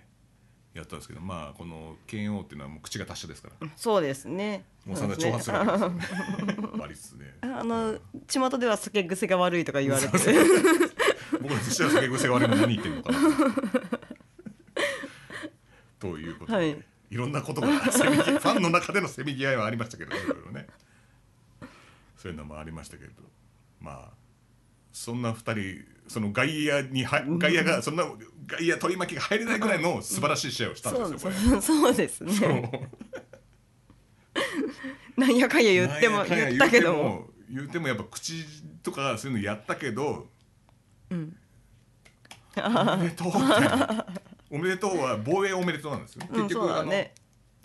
[SPEAKER 2] やったんですけどまあこの慶応っていうのはもう口が達者ですから
[SPEAKER 1] [LAUGHS] そうですね
[SPEAKER 2] もうそんな挑発するわけですよね割りつつね
[SPEAKER 1] あの巷では酒癖が悪いとか言われて
[SPEAKER 2] そう僕らとしては酒癖が悪いのに何言ってるのかなということで、
[SPEAKER 1] はい
[SPEAKER 2] い、ろんなことがせめぎファンの中でのせめぎ合いはありましたけどいろいろねそういうのもありましたけれどまあそんな二人その外野には外野がそんな外野取り巻きが入れないくらいの素晴らしい試合をしたんですよ、こ
[SPEAKER 1] そうそうです
[SPEAKER 2] れ。
[SPEAKER 1] ねなんやかんや言っても
[SPEAKER 2] なんやかんや
[SPEAKER 1] 言ったけども
[SPEAKER 2] 言うても言うてもやっぱ口とかそういうのやったけど、おめでとうみたいなおめでとうは防衛おめでとうなんですよ、
[SPEAKER 1] うん
[SPEAKER 2] 結
[SPEAKER 1] そう
[SPEAKER 2] 局
[SPEAKER 1] だ
[SPEAKER 2] あの
[SPEAKER 1] ね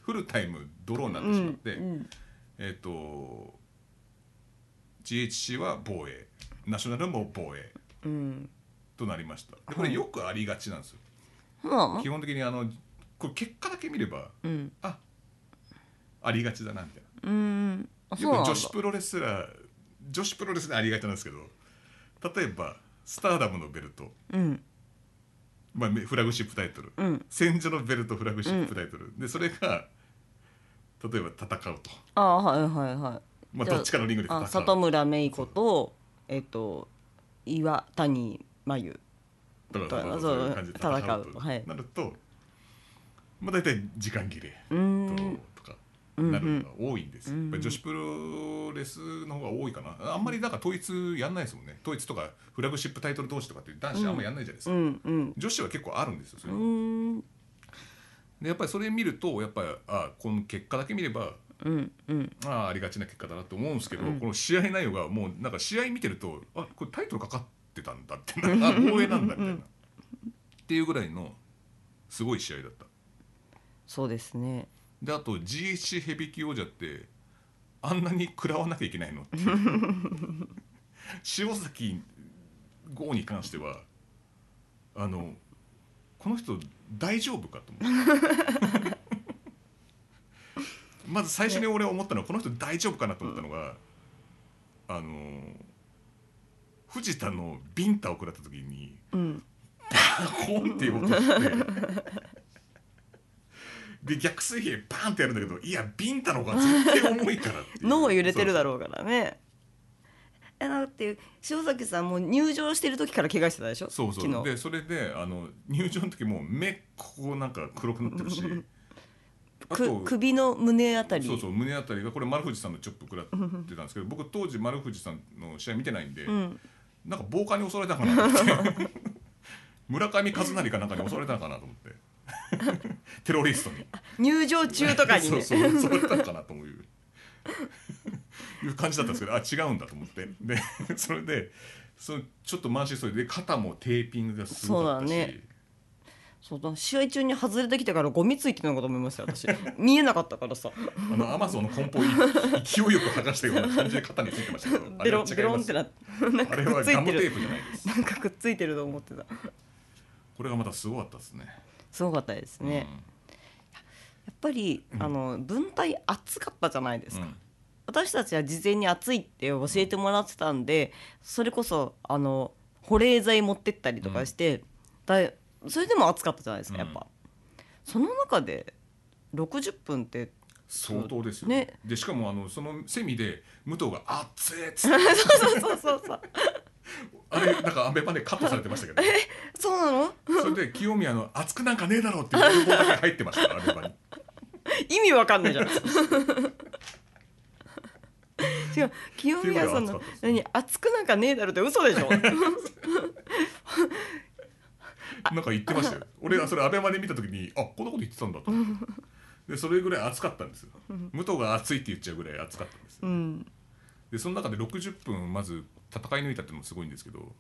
[SPEAKER 2] フルタイムドローになっ
[SPEAKER 1] う
[SPEAKER 2] てしまって、
[SPEAKER 1] ん
[SPEAKER 2] えっ、と GHC は防衛ナショナルも防衛
[SPEAKER 1] うんうん
[SPEAKER 2] となりましたでこれよくありがちなんですよ、
[SPEAKER 1] ま
[SPEAKER 2] 基本的にあのこれ結果だけ見れば
[SPEAKER 1] あうん
[SPEAKER 2] あありがちだなみたいな
[SPEAKER 1] うんあそうな
[SPEAKER 2] よ
[SPEAKER 1] ん
[SPEAKER 2] く
[SPEAKER 1] だ
[SPEAKER 2] 女子プロレスラー女子プロレスでありがちなんですけど例えばスターダムのベルト、
[SPEAKER 1] うん
[SPEAKER 2] まあ、フラグシップタイトル、
[SPEAKER 1] うん
[SPEAKER 2] 戦場のベルトフラグシップタイトル、でそれが例えば戦うと、
[SPEAKER 1] ああはいはいはい
[SPEAKER 2] まあ、
[SPEAKER 1] じゃあ
[SPEAKER 2] どっちかのリングで戦
[SPEAKER 1] あ
[SPEAKER 2] う
[SPEAKER 1] 里村芽衣子とえっと岩谷真由
[SPEAKER 2] だから
[SPEAKER 1] そう
[SPEAKER 2] そういう感じで戦う
[SPEAKER 1] 戦う
[SPEAKER 2] と、
[SPEAKER 1] はい
[SPEAKER 2] なると、まあ、大体時間切れ
[SPEAKER 1] う
[SPEAKER 2] ドロ
[SPEAKER 1] ん
[SPEAKER 2] ーとかなるのが多いんですよ、
[SPEAKER 1] うんうん
[SPEAKER 2] やっぱり女子プロレスの方が多いかなあんまりだから統一やんないですもんね統一とかフラグシップタイトル同士とかって男子あんまやんないじゃないですか、
[SPEAKER 1] うんうん
[SPEAKER 2] 女子は結構あるんですよそれ
[SPEAKER 1] うーん
[SPEAKER 2] でやっぱりそれ見るとやっぱりあこの結果だけ見れば
[SPEAKER 1] うんうん
[SPEAKER 2] ああありがちな結果だなと思うんですけど、この試合内容がもうなんか試合見てるとあこれタイトルかかってたんだ [LAUGHS] ってなあ防衛なんだみたいなっていうぐらいのすごい試合だった
[SPEAKER 1] そうですね
[SPEAKER 2] であと GHC ヘビー級王者ってあんなに食らわなきゃいけないのって塩崎剛に関してはあのこの人大丈夫かと思うまず最初に俺思ったのはこの人大丈夫かなと思ったのが、あの藤田のビンタを食らった時に
[SPEAKER 1] うん
[SPEAKER 2] コンっていう音して [LAUGHS] で逆水平バーンってやるんだけどいやビンタの方が絶対重いからってい
[SPEAKER 1] [LAUGHS]
[SPEAKER 2] う
[SPEAKER 1] 脳揺れてるだろうからねえだって塩崎さんもう入場してる時から怪我してたでしょ
[SPEAKER 2] そうそう
[SPEAKER 1] 昨日
[SPEAKER 2] でそれであの入場の時もう目ここなんか黒くなってるしあ
[SPEAKER 1] く
[SPEAKER 2] と
[SPEAKER 1] 首の胸あたり
[SPEAKER 2] そうそう胸あたりがこれ丸藤さんのチョップ食らってたんですけど僕当時丸藤さんの試合見てないんで、
[SPEAKER 1] ん
[SPEAKER 2] なんか暴漢に襲われたかなと思って [LAUGHS] 村上和成かなんかに襲われたのかなと
[SPEAKER 1] [LAUGHS]
[SPEAKER 2] 思ってテロリストに。
[SPEAKER 1] 入場中とかにね
[SPEAKER 2] [LAUGHS] そうそうそうだったのかなと思う [LAUGHS] いう感じだったんですけどあ違うんだと思ってで [LAUGHS] それでそのちょっと満身創痍で肩もテーピングがすごかったし
[SPEAKER 1] そうだねそうだ試合中に外れてきたからゴミついてたのかと思いましたよ私見えなかったからさ
[SPEAKER 2] あのアマゾンの梱包をい勢いよく剥がしたような感じで肩についてましたけど
[SPEAKER 1] [LAUGHS]
[SPEAKER 2] あ
[SPEAKER 1] ベ
[SPEAKER 2] れは
[SPEAKER 1] ロ
[SPEAKER 2] 違い
[SPEAKER 1] ンベロン
[SPEAKER 2] ま
[SPEAKER 1] って
[SPEAKER 2] す
[SPEAKER 1] なってなん
[SPEAKER 2] あ
[SPEAKER 1] か
[SPEAKER 2] れ
[SPEAKER 1] くっ
[SPEAKER 2] は
[SPEAKER 1] つい
[SPEAKER 2] ガム
[SPEAKER 1] て
[SPEAKER 2] テ
[SPEAKER 1] る
[SPEAKER 2] ープじゃないです
[SPEAKER 1] なんかくっついてると思ってた
[SPEAKER 2] これがまたすごかったですね
[SPEAKER 1] すごかったですね、やっぱりあの文体熱かったじゃないです
[SPEAKER 2] う
[SPEAKER 1] か、
[SPEAKER 2] ん
[SPEAKER 1] 私たちは事前に暑いって教えてもらってたんでそれこそあの保冷剤持ってったりとかして、だいそれでも暑かったじゃないですかやっぱ、その中で60分って
[SPEAKER 2] 相当ですよ、
[SPEAKER 1] ね
[SPEAKER 2] でしかもあのそのセミで武藤が「熱い」っつって
[SPEAKER 1] そうそうそうそう
[SPEAKER 2] あれなんかアメパでカットされてましたけど
[SPEAKER 1] そうなの
[SPEAKER 2] それで清宮の「熱くなんかねえだろ」っていう情報だけ入ってましたアメパに。
[SPEAKER 1] 意味わかんないじゃ
[SPEAKER 2] [LAUGHS]
[SPEAKER 1] ん違う清宮さん
[SPEAKER 2] 清宮は熱かっ
[SPEAKER 1] の
[SPEAKER 2] たです
[SPEAKER 1] 何熱くなんかねえだろって嘘でし
[SPEAKER 2] [LAUGHS]
[SPEAKER 1] ょ
[SPEAKER 2] なんか言ってましたよ。俺はそれアベマで見た時に、あ、こんなこと言ってたんだと思って。で、それぐらい熱かったんですよ。武藤が熱いって言っちゃうぐらい熱かったんですよ。
[SPEAKER 1] うん
[SPEAKER 2] で、その中で60分まず戦い抜いたってのもすごいんですけど、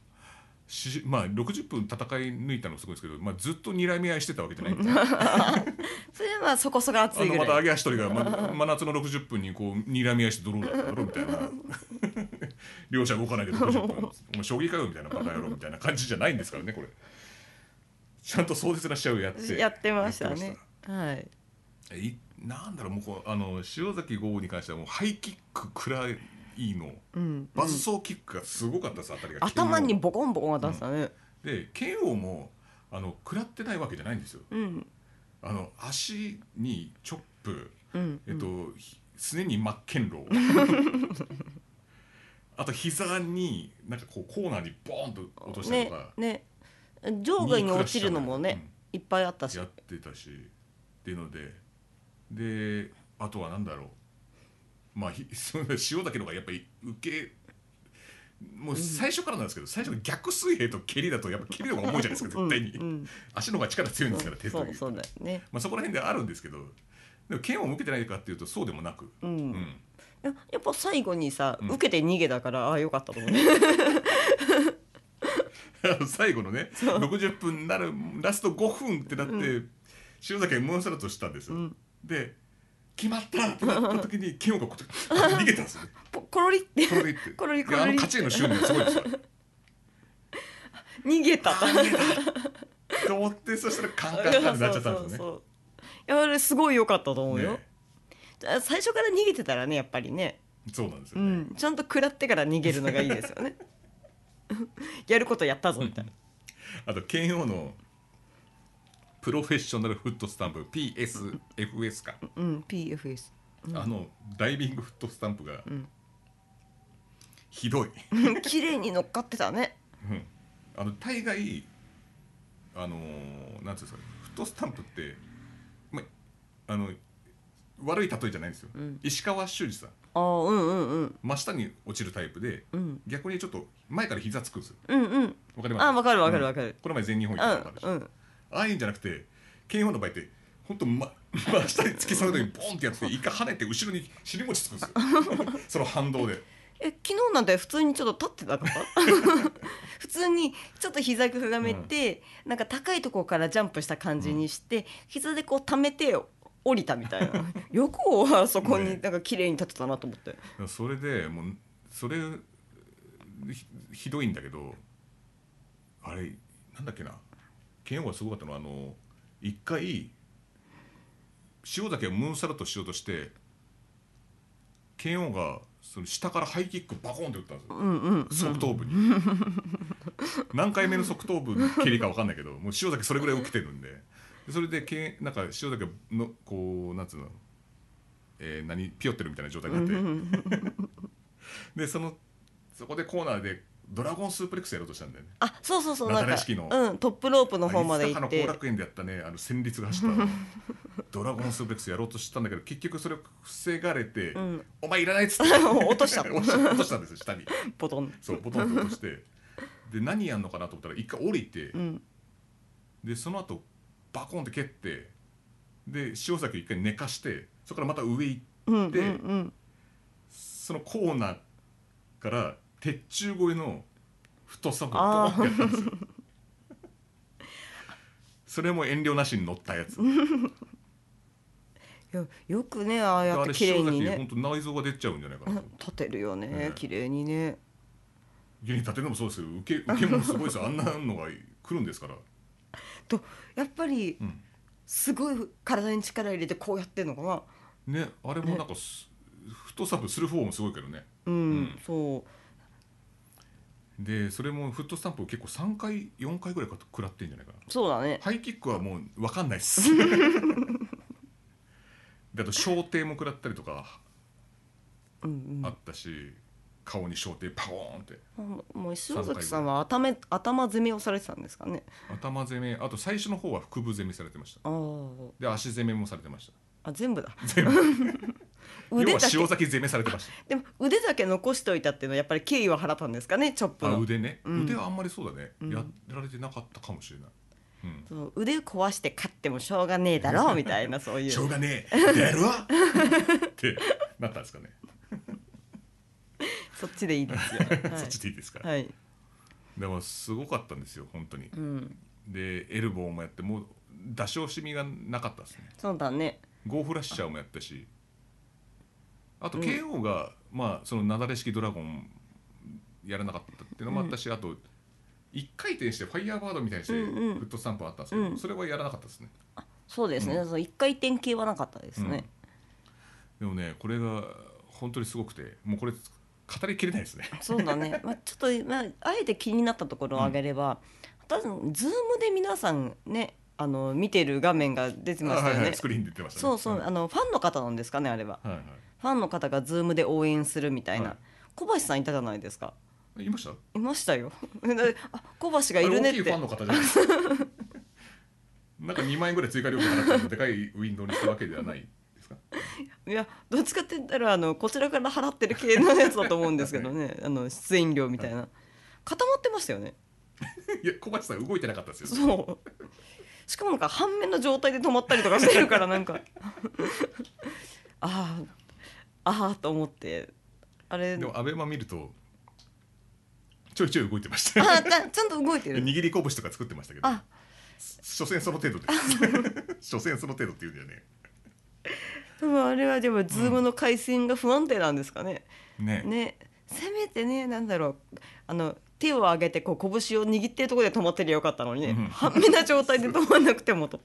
[SPEAKER 2] しまあ60分戦い抜いたのもすごいんですけど、まあずっと睨み合いしてたわけじゃないんですよ。
[SPEAKER 1] それはまあそこそこ熱
[SPEAKER 2] あ
[SPEAKER 1] い
[SPEAKER 2] の
[SPEAKER 1] ぐ
[SPEAKER 2] また
[SPEAKER 1] ら
[SPEAKER 2] 揚
[SPEAKER 1] い
[SPEAKER 2] げ足取りが、ま、 [LAUGHS] 真夏の60分にこう睨み合いしてドローだったろみたいな [LAUGHS] 両者動かないで60分お前将棋かよみたいなバカ野郎みたいな感じじゃないんですからねこれちゃんと壮絶な試合をやって
[SPEAKER 1] やってました
[SPEAKER 2] やって
[SPEAKER 1] ねはい
[SPEAKER 2] いなんだろうもうこうあの塩崎豪に関してはもうハイキックくらいの、
[SPEAKER 1] うん
[SPEAKER 2] バスソーキックがすごかったですあたりが
[SPEAKER 1] 頭に
[SPEAKER 2] 剣
[SPEAKER 1] ボコンボコン当たってたね
[SPEAKER 2] 王で剣王もあの食らってないわけじゃないんですよ
[SPEAKER 1] うん
[SPEAKER 2] あの足にチョップ
[SPEAKER 1] うん
[SPEAKER 2] えっと、ひすねに真っ剣
[SPEAKER 1] [LAUGHS]
[SPEAKER 2] ロあと膝になんかこうコーナーにボーンと落としたり
[SPEAKER 1] ね
[SPEAKER 2] とか、
[SPEAKER 1] ね場外に落ちるのもねいっぱいあったし
[SPEAKER 2] やってたしっていうのでで [LAUGHS] あとは何だろうまあひその塩崎の方がやっぱり受けもう最初からなんですけど最初の逆水平と蹴りだとやっぱ蹴りの方が重いじゃないですか絶対に、
[SPEAKER 1] [LAUGHS] うんうん
[SPEAKER 2] 足の方が力強いんですから手と
[SPEAKER 1] そ
[SPEAKER 2] いう
[SPEAKER 1] うそうだよね
[SPEAKER 2] まあ、そこら辺であるんですけどでも剣を向けてないかっていうとそうでもなく、
[SPEAKER 1] うん、
[SPEAKER 2] うん
[SPEAKER 1] ややっぱ最後にさ、
[SPEAKER 2] うん
[SPEAKER 1] 受けて逃げだからああよかったと思うね
[SPEAKER 2] [LAUGHS] 最後のね60分になるラスト5分ってなって、塩崎がものさらとしたんですよ、
[SPEAKER 1] うん
[SPEAKER 2] で決まったってなった時に剣をがこうやって逃げたんですよね
[SPEAKER 1] [LAUGHS] ポコロリって
[SPEAKER 2] [LAUGHS] これでいって
[SPEAKER 1] コロリコ
[SPEAKER 2] で
[SPEAKER 1] ロ
[SPEAKER 2] あの
[SPEAKER 1] リ
[SPEAKER 2] 勝ちへの執念すごいですよ
[SPEAKER 1] 逃げた
[SPEAKER 2] と思ってそしたらカンカンカンってなっちゃったんですよね
[SPEAKER 1] そういやあれすごい良かったと思うよ、
[SPEAKER 2] ね
[SPEAKER 1] あ最初から逃げてたらねやっぱりね、
[SPEAKER 2] そうなんです
[SPEAKER 1] う
[SPEAKER 2] よね、
[SPEAKER 1] ん、ちゃんと食らってから逃げるのがいいですよね [LAUGHS] やることやったぞみたいな、
[SPEAKER 2] あと剣王のプロフェッショナルフットスタンプ PSFS か、
[SPEAKER 1] うん、PFS [LAUGHS]
[SPEAKER 2] あのダイビングフットスタンプが、
[SPEAKER 1] ん
[SPEAKER 2] ひどい
[SPEAKER 1] うん綺麗に乗っかってたね
[SPEAKER 2] うんあの大概あのーなんていうんですかフットスタンプって、ま、あの悪い例えじゃないんですよ、
[SPEAKER 1] ん
[SPEAKER 2] 石川修二さん
[SPEAKER 1] ああうんうんうん
[SPEAKER 2] 真下に落ちるタイプで、
[SPEAKER 1] うん
[SPEAKER 2] 逆にちょっと前から膝つくんですよ
[SPEAKER 1] うんうん
[SPEAKER 2] わかります
[SPEAKER 1] あわかるわかる
[SPEAKER 2] うん
[SPEAKER 1] わかる
[SPEAKER 2] この前全日本行ったのもあるし、
[SPEAKER 1] うんうん
[SPEAKER 2] ああいうんじゃなくて慶応の場合って本当ま真下に突き刺さるようにボンってやって一回跳ねて後ろに尻餅つくん
[SPEAKER 1] [LAUGHS]
[SPEAKER 2] ですよその反動で
[SPEAKER 1] え昨日なんて普通にちょっと立ってなかった [LAUGHS] 普通にちょっと膝くがめて、なんか高いところからジャンプした感じにして、膝でこう溜めて降りたみたい [LAUGHS] なよくはそこになんか綺麗に立ってたなと思って、
[SPEAKER 2] それでもうそれひひどいんだけどあれなんだっけな慶応がすごかったのはあの一回塩崎がムーンサルトしようとして慶応がその下からハイキックバコンって打ったんですよ、
[SPEAKER 1] うんうん
[SPEAKER 2] 側頭部に何回目の側頭部の蹴りか分かんないけどもう塩崎それぐらい起きてるんででそれでけなんか塩崎がのこうなんつうの、えー何ピヨってるみたいな状態になって、でそのそこでコーナーでドラゴンスープレックスやろうとしたんだよね。
[SPEAKER 1] あそうそうそう
[SPEAKER 2] な
[SPEAKER 1] なん
[SPEAKER 2] だ
[SPEAKER 1] んか
[SPEAKER 2] れ式の
[SPEAKER 1] うん、トップロープの方まで行っ
[SPEAKER 2] あいつだかの
[SPEAKER 1] て
[SPEAKER 2] 後楽園でやったねあの戦慄が走ったドラゴンスープレックスやろうとしたんだけど結局それを防がれて「
[SPEAKER 1] ん
[SPEAKER 2] お前いらない」っつって
[SPEAKER 1] [LAUGHS] 落としたの
[SPEAKER 2] 落と落としたんですよ下に。
[SPEAKER 1] ポトン
[SPEAKER 2] そうボトンと落としてで何やんのかなと思ったら一回降りて、
[SPEAKER 1] ん
[SPEAKER 2] でその後バコンって蹴ってで塩崎を一回寝かしてそこからまた上行って、
[SPEAKER 1] うんうんうん
[SPEAKER 2] そのコーナーから鉄柱越えの太さをド
[SPEAKER 1] あ
[SPEAKER 2] ーン
[SPEAKER 1] ー
[SPEAKER 2] ってやったんですよ。 [LAUGHS] それも遠慮なしに乗ったやつ。
[SPEAKER 1] いやよくねああや
[SPEAKER 2] あ
[SPEAKER 1] って
[SPEAKER 2] れ
[SPEAKER 1] 綺麗
[SPEAKER 2] 塩
[SPEAKER 1] に
[SPEAKER 2] 崎
[SPEAKER 1] ね
[SPEAKER 2] 本当内臓が出ちゃうんじゃな
[SPEAKER 1] [LAUGHS]
[SPEAKER 2] いかなと思って。
[SPEAKER 1] 立てるよね
[SPEAKER 2] うん
[SPEAKER 1] 綺麗にね
[SPEAKER 2] 家に立てるのもそうですけど受け受けもすごいですよあんなのが来るんですから。
[SPEAKER 1] とやっぱり
[SPEAKER 2] うん
[SPEAKER 1] すごい体に力入れてこうやってんのかな
[SPEAKER 2] ねあれもなんかす太さぶする方もすごいけどね
[SPEAKER 1] うん、
[SPEAKER 2] うん
[SPEAKER 1] そう
[SPEAKER 2] でそれもフットスタンプを結構3回4回ぐらいか食らってんじゃないかな
[SPEAKER 1] そうだね
[SPEAKER 2] ハイキックはもう分かんないっ
[SPEAKER 1] [LAUGHS]
[SPEAKER 2] すであと小艇も食らったりとか
[SPEAKER 1] うん
[SPEAKER 2] あったし、顔に小艇パコーンって
[SPEAKER 1] うんもう塩崎さんは頭頭攻めをされてたんですかね
[SPEAKER 2] 頭攻めあと最初の方は腹部攻めされてました
[SPEAKER 1] あ
[SPEAKER 2] で足攻めもされてました
[SPEAKER 1] ああ全部だ
[SPEAKER 2] 全部
[SPEAKER 1] [LAUGHS] 腕
[SPEAKER 2] 要は
[SPEAKER 1] だけ
[SPEAKER 2] 塩崎攻めされてまし
[SPEAKER 1] でも腕だけ残しておいたっていうのはやっぱり敬意は払ったんですかねチョップ
[SPEAKER 2] たあ
[SPEAKER 1] の
[SPEAKER 2] 腕ね、
[SPEAKER 1] [LAUGHS] うん
[SPEAKER 2] 腕はあんまりそうだね、
[SPEAKER 1] うん
[SPEAKER 2] やられてなかったかもしれない、うん、
[SPEAKER 1] そう腕壊して勝ってもしょうがねえだろうみたいな
[SPEAKER 2] [LAUGHS]
[SPEAKER 1] そうい
[SPEAKER 2] しょう
[SPEAKER 1] う
[SPEAKER 2] がねえやる
[SPEAKER 1] [LAUGHS]
[SPEAKER 2] わってなったんですかね、
[SPEAKER 1] そっちでいいですよ
[SPEAKER 2] そっちでいいですか、
[SPEAKER 1] はい、はい、
[SPEAKER 2] でもすごかったんですよ本当に
[SPEAKER 1] うん
[SPEAKER 2] でエルボーもやってもう出し惜しみがなかったですね
[SPEAKER 1] そうだね
[SPEAKER 2] ゴーフラッシャーもやったしあと KO が、まあそのなだれ式ドラゴンやらなかったっていうのもあったし、あと一回転してファイヤーバードみたいにしてフ
[SPEAKER 1] うんうん
[SPEAKER 2] ットスタンプあったんですけど、
[SPEAKER 1] うん
[SPEAKER 2] それはやらなかったですね
[SPEAKER 1] そうですね、
[SPEAKER 2] う
[SPEAKER 1] その一回転系はなかったですね、
[SPEAKER 2] でもねこれが本当にすごくてもうこれ語りきれないですね
[SPEAKER 1] そうだね、 [LAUGHS] まあ、ちょっと、まあ、あえて気になったところを挙げれば、多分ズームで皆さんねあの見てる画面が出てましたよね。
[SPEAKER 2] あはいはいスクリーンで出てましたね
[SPEAKER 1] そうそう、
[SPEAKER 2] んは
[SPEAKER 1] あのファンの方なんですかねあれは、
[SPEAKER 2] いはい
[SPEAKER 1] ファンの方がズームで応援するみたいな、
[SPEAKER 2] はい
[SPEAKER 1] 小橋さんいたじゃないですか
[SPEAKER 2] 言いました
[SPEAKER 1] いましたよ [LAUGHS] あ小橋がいるねっ
[SPEAKER 2] あれ大きいフ
[SPEAKER 1] て
[SPEAKER 2] ァンの方じゃないですかなんか2万円ぐらい追加料金払ってでかいウィンドウにしたわけではないですか
[SPEAKER 1] いやどっちかって言ったらあのこちらから払ってる系のやつだと思うんですけどねあの出演料みたいな固まってましたよね
[SPEAKER 2] いや小鉢さん動いてなかったですよ
[SPEAKER 1] そうしかもなんか半面の状態で止まったりとかしてるからなんか [LAUGHS] あーあーと思ってあれ
[SPEAKER 2] でもアベマ見るとちょいちょい動いてました
[SPEAKER 1] あちゃちゃんと動いてる
[SPEAKER 2] 握り拳とか作ってましたけど
[SPEAKER 1] あ
[SPEAKER 2] 所詮その程
[SPEAKER 1] [LAUGHS]
[SPEAKER 2] 度です所詮その程度って言うんだよね
[SPEAKER 1] 多分あれはでもズームの回線が不安定なんですかね、
[SPEAKER 2] ね
[SPEAKER 1] ねせめてねなんだろうあの手を上げてこう拳を握ってるところで止まってりゃよかったのにね、
[SPEAKER 2] うん
[SPEAKER 1] 半目な状態で止まんなくても
[SPEAKER 2] [LAUGHS]
[SPEAKER 1] と、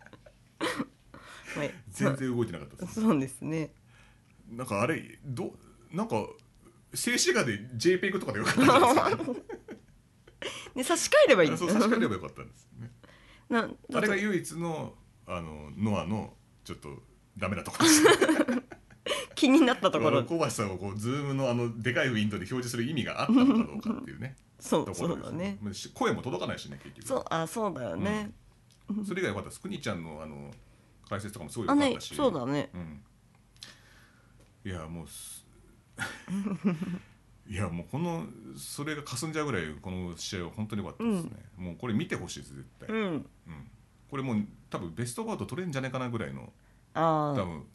[SPEAKER 1] はい、
[SPEAKER 2] 全然動いてなかったです
[SPEAKER 1] そうですね
[SPEAKER 2] なんかあれどなんか静止画で JPEG とかでよかったんじ
[SPEAKER 1] [LAUGHS]
[SPEAKER 2] ゃないですか
[SPEAKER 1] ね差し替えればいいん
[SPEAKER 2] あ
[SPEAKER 1] です
[SPEAKER 2] そう差し替えればよかったんですね。
[SPEAKER 1] な
[SPEAKER 2] あれが唯一のあのノアのちょっとダメなとこ
[SPEAKER 1] [LAUGHS]
[SPEAKER 2] ろです。だ
[SPEAKER 1] 気になったところ
[SPEAKER 2] 小橋さんをこうズームのあのでかいウィンドウで表示する意味があったのかどうかっていうね。
[SPEAKER 1] [LAUGHS] そ
[SPEAKER 2] と
[SPEAKER 1] う
[SPEAKER 2] こ
[SPEAKER 1] そ
[SPEAKER 2] ろ
[SPEAKER 1] う
[SPEAKER 2] で
[SPEAKER 1] だ
[SPEAKER 2] す
[SPEAKER 1] ね。
[SPEAKER 2] し声も届かないしね結局。
[SPEAKER 1] そうあそうだよね、
[SPEAKER 2] それ以外はまたスクニちゃんのあの解説とかもすごい
[SPEAKER 1] あ
[SPEAKER 2] 良かっ
[SPEAKER 1] ね
[SPEAKER 2] たし。
[SPEAKER 1] そうだね
[SPEAKER 2] うん。いやもうす。 [LAUGHS] いやもうこのそれが霞んじゃうぐらいこの試合は本当に良かったですね、もうこれ見てほしいです絶対、
[SPEAKER 1] うん
[SPEAKER 2] うんこれもう多分ベストバウト取れんじゃねえかなぐらいの
[SPEAKER 1] あ
[SPEAKER 2] 多
[SPEAKER 1] ー
[SPEAKER 2] 分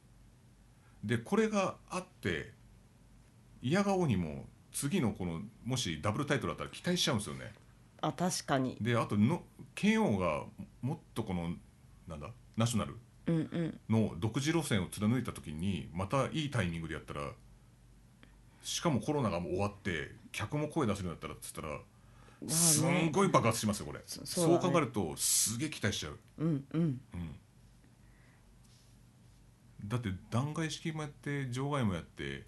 [SPEAKER 2] でこれがあって嫌顔にも次のこのもしダブルタイトルだったら期待しちゃうんですよね
[SPEAKER 1] あ確かに
[SPEAKER 2] であとの KO がもっとこのなんだナショナル
[SPEAKER 1] うんうん
[SPEAKER 2] の独自路線を貫いた時にまたいいタイミングでやったらしかもコロナがもう終わって客も声出せるようになったらっつったら
[SPEAKER 1] ね
[SPEAKER 2] すんごい爆発しますよこれ
[SPEAKER 1] そそ
[SPEAKER 2] そ
[SPEAKER 1] ううだね
[SPEAKER 2] 考えるとすげえ期待しちゃう
[SPEAKER 1] うん
[SPEAKER 2] [LAUGHS]
[SPEAKER 1] うん
[SPEAKER 2] だって弾劾式もやって場外もやって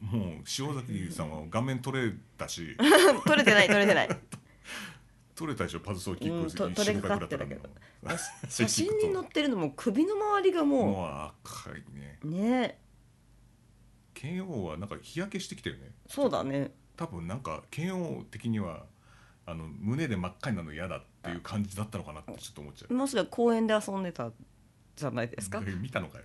[SPEAKER 2] もう塩崎さんは顔面取れ
[SPEAKER 1] [LAUGHS]
[SPEAKER 2] たし
[SPEAKER 1] 取れてない取れて
[SPEAKER 2] [LAUGHS]
[SPEAKER 1] ない
[SPEAKER 2] 取れたでしょパズソーキック
[SPEAKER 1] うんと取れかかってたけど
[SPEAKER 2] [LAUGHS]
[SPEAKER 1] 写真に載
[SPEAKER 2] っ
[SPEAKER 1] ってるのも首の周りが
[SPEAKER 2] も
[SPEAKER 1] も
[SPEAKER 2] もう赤いね
[SPEAKER 1] うね
[SPEAKER 2] KO はなんか日焼けしてきたよね
[SPEAKER 1] そうだね
[SPEAKER 2] 多分なんか KO 的にはあの胸で真っ赤になるの嫌だっていう感じだったのかなってちょっと思っちゃう
[SPEAKER 1] もしか公園で遊んでたじゃないですか
[SPEAKER 2] で見たのかよ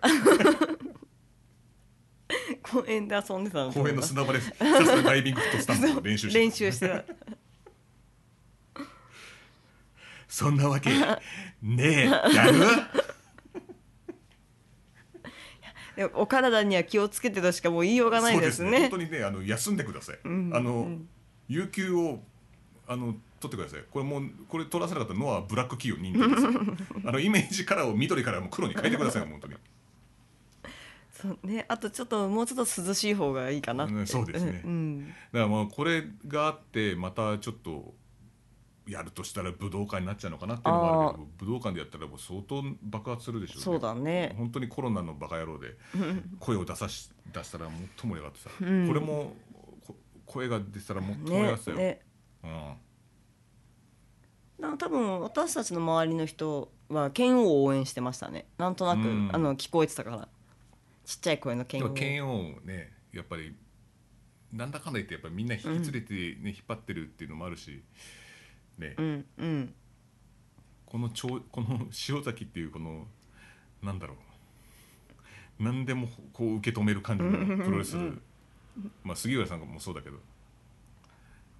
[SPEAKER 1] 公園で遊んでたのと思
[SPEAKER 2] 公
[SPEAKER 1] い
[SPEAKER 2] 園の
[SPEAKER 1] ます
[SPEAKER 2] 砂
[SPEAKER 1] [LAUGHS]
[SPEAKER 2] 場でひたすらダイビングフットスタンプの練習してた
[SPEAKER 1] 練習してた
[SPEAKER 2] そん
[SPEAKER 1] [LAUGHS]
[SPEAKER 2] なわけねえやる
[SPEAKER 1] でもお体には気をつけてとしかもう言いようがないですね
[SPEAKER 2] そうですね本当にねあの休んでください、
[SPEAKER 1] ん
[SPEAKER 2] あの、有給をあの取ってくださいこれもうこれ取らせなかったのはブラック企業認定です
[SPEAKER 1] [LAUGHS]
[SPEAKER 2] あのイメージカラーを緑からもう黒に変えてください本当に
[SPEAKER 1] そうねあとちょっともうちょっと涼しい方がいいかなって、
[SPEAKER 2] うんそうですね
[SPEAKER 1] うん
[SPEAKER 2] だからまあこれがあってまたちょっとやるとしたら武道館になっちゃうのかなっていうのもあるけど武道館でやったらもう相当爆発するでしょうね
[SPEAKER 1] そうだね
[SPEAKER 2] [LAUGHS] 本当にコロナのバカ野郎で声を出さし出したらもっと盛り上がってさ、
[SPEAKER 1] うん
[SPEAKER 2] これもこ声が出たらもっと盛り上が
[SPEAKER 1] ね
[SPEAKER 2] ってたよ、
[SPEAKER 1] ね
[SPEAKER 2] うん
[SPEAKER 1] な多分私たちの周りの人は剣王を応援してましたねなんとなく、
[SPEAKER 2] うん
[SPEAKER 1] あの聞こえてたからちっちゃい声の剣
[SPEAKER 2] で
[SPEAKER 1] 王
[SPEAKER 2] も剣王ねやっぱりなんだかんだ言ってやっぱりみんな引き連れて、ね引っ張ってるっていうのもあるし、ね
[SPEAKER 1] うんうん
[SPEAKER 2] このちょこの塩崎っていうこのなんだろう何でもこう受け止める感じのプロレス、まあ、杉浦さんもそうだけど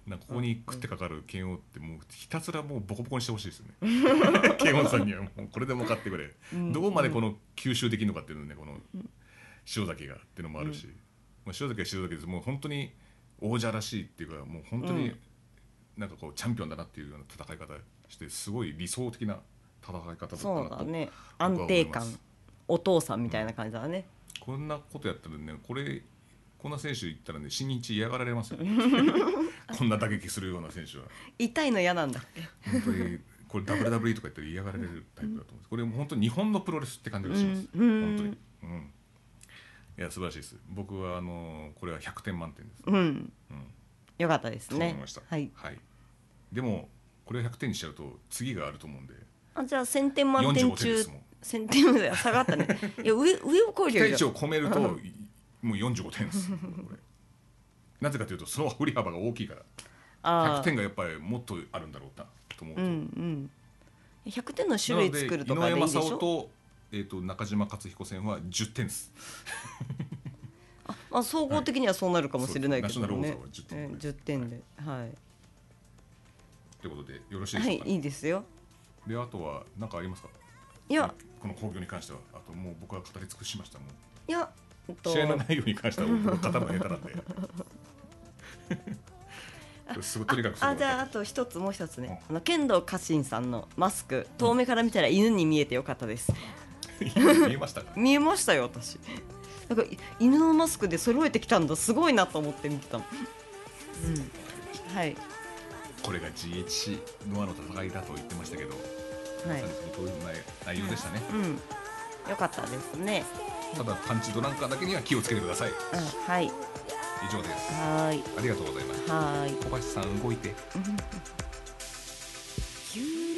[SPEAKER 2] なんかここに食ってかかる剣王ってもうひたすらもうボコボコにしてほしいですよ [LAUGHS] ね剣王さんにはもうこれでも勝ってくれ、どこまでこの吸収できるのかっていうのねこの塩崎がっていうのもあるし、まあ、塩崎は塩崎ですもう本当に王者らしいっていうかもう本当
[SPEAKER 1] う
[SPEAKER 2] に
[SPEAKER 1] ん
[SPEAKER 2] なんかこうチャンピオンだなっていうような戦い方してすごい理想的な戦い方だったなと
[SPEAKER 1] そうだね
[SPEAKER 2] 僕は思います
[SPEAKER 1] 安定感お父さんみたいな感じだね、
[SPEAKER 2] こんなことやったらねこれこんな選手言ったらね新日嫌がら
[SPEAKER 1] [LAUGHS]
[SPEAKER 2] れますよこんな打撃するような選手は
[SPEAKER 1] 痛いの嫌なんだっけ
[SPEAKER 2] 本当にこれ WWE とか言ったら嫌がられるタイプだと思うんですこれもう本当に日本のプロレスって感じがします、
[SPEAKER 1] うんうん
[SPEAKER 2] 本当に、うん、いや素晴らしいです僕はあのこれは100点満点です、
[SPEAKER 1] うん
[SPEAKER 2] うん
[SPEAKER 1] よかったです
[SPEAKER 2] と思い
[SPEAKER 1] ね
[SPEAKER 2] ました、
[SPEAKER 1] はい
[SPEAKER 2] でもこれを100点にしちゃうと次があると思うんで
[SPEAKER 1] あじゃあ1000点満点
[SPEAKER 2] 45点で
[SPEAKER 1] 中
[SPEAKER 2] すもん
[SPEAKER 1] 1000点まで下が
[SPEAKER 2] [LAUGHS]
[SPEAKER 1] ったねいや上上を超える
[SPEAKER 2] 期待
[SPEAKER 1] よ
[SPEAKER 2] 値
[SPEAKER 1] じゃ
[SPEAKER 2] を込めるともう45点ですこれなぜかというとその振り幅が大きいから
[SPEAKER 1] ああ
[SPEAKER 2] 100点がやっぱりもっとあるんだろうなと思うと、
[SPEAKER 1] うんうん100点の種類作るとかでいいでし
[SPEAKER 2] なので
[SPEAKER 1] ょ
[SPEAKER 2] 井上雅雄とえー、と中島勝彦戦は10点です。
[SPEAKER 1] まあ、総合的にはそうなるかもしれないけど
[SPEAKER 2] はい
[SPEAKER 1] ね
[SPEAKER 2] そうです。ナショナル
[SPEAKER 1] え
[SPEAKER 2] 王
[SPEAKER 1] え
[SPEAKER 2] 座
[SPEAKER 1] 10点で、は
[SPEAKER 2] ということでよろしい
[SPEAKER 1] い、は
[SPEAKER 2] でしょう
[SPEAKER 1] い
[SPEAKER 2] か、、
[SPEAKER 1] いいですよ。
[SPEAKER 2] であとは何かありますか
[SPEAKER 1] いや、
[SPEAKER 2] この興行に関してはあともう僕は語り尽くしましたもう
[SPEAKER 1] いや、えっと
[SPEAKER 2] 試合の内容に関しては僕の方も下手なんで
[SPEAKER 1] [LAUGHS]
[SPEAKER 2] すごいとにかくすご
[SPEAKER 1] あ
[SPEAKER 2] い
[SPEAKER 1] じゃああと一つもう一つねあの剣道家臣さんのマスク遠目から見たら犬に見えてよかったです、
[SPEAKER 2] 見えましたか
[SPEAKER 1] 見えましたよ私なんかい犬のマスクで揃えてきたんだすごいなと思って見てたの、うん、はい
[SPEAKER 2] これが GHC ノアの戦いだと言ってましたけど、ま
[SPEAKER 1] は
[SPEAKER 2] さ
[SPEAKER 1] い
[SPEAKER 2] に、その通りの内内容でしたね、
[SPEAKER 1] うん、よかったですね、
[SPEAKER 2] ただパンチドランカーだけには気をつけてください
[SPEAKER 1] うん、はい
[SPEAKER 2] 以上です
[SPEAKER 1] はーい
[SPEAKER 2] ありがとうございます
[SPEAKER 1] はーい
[SPEAKER 2] 小橋さん動いて
[SPEAKER 1] ゆ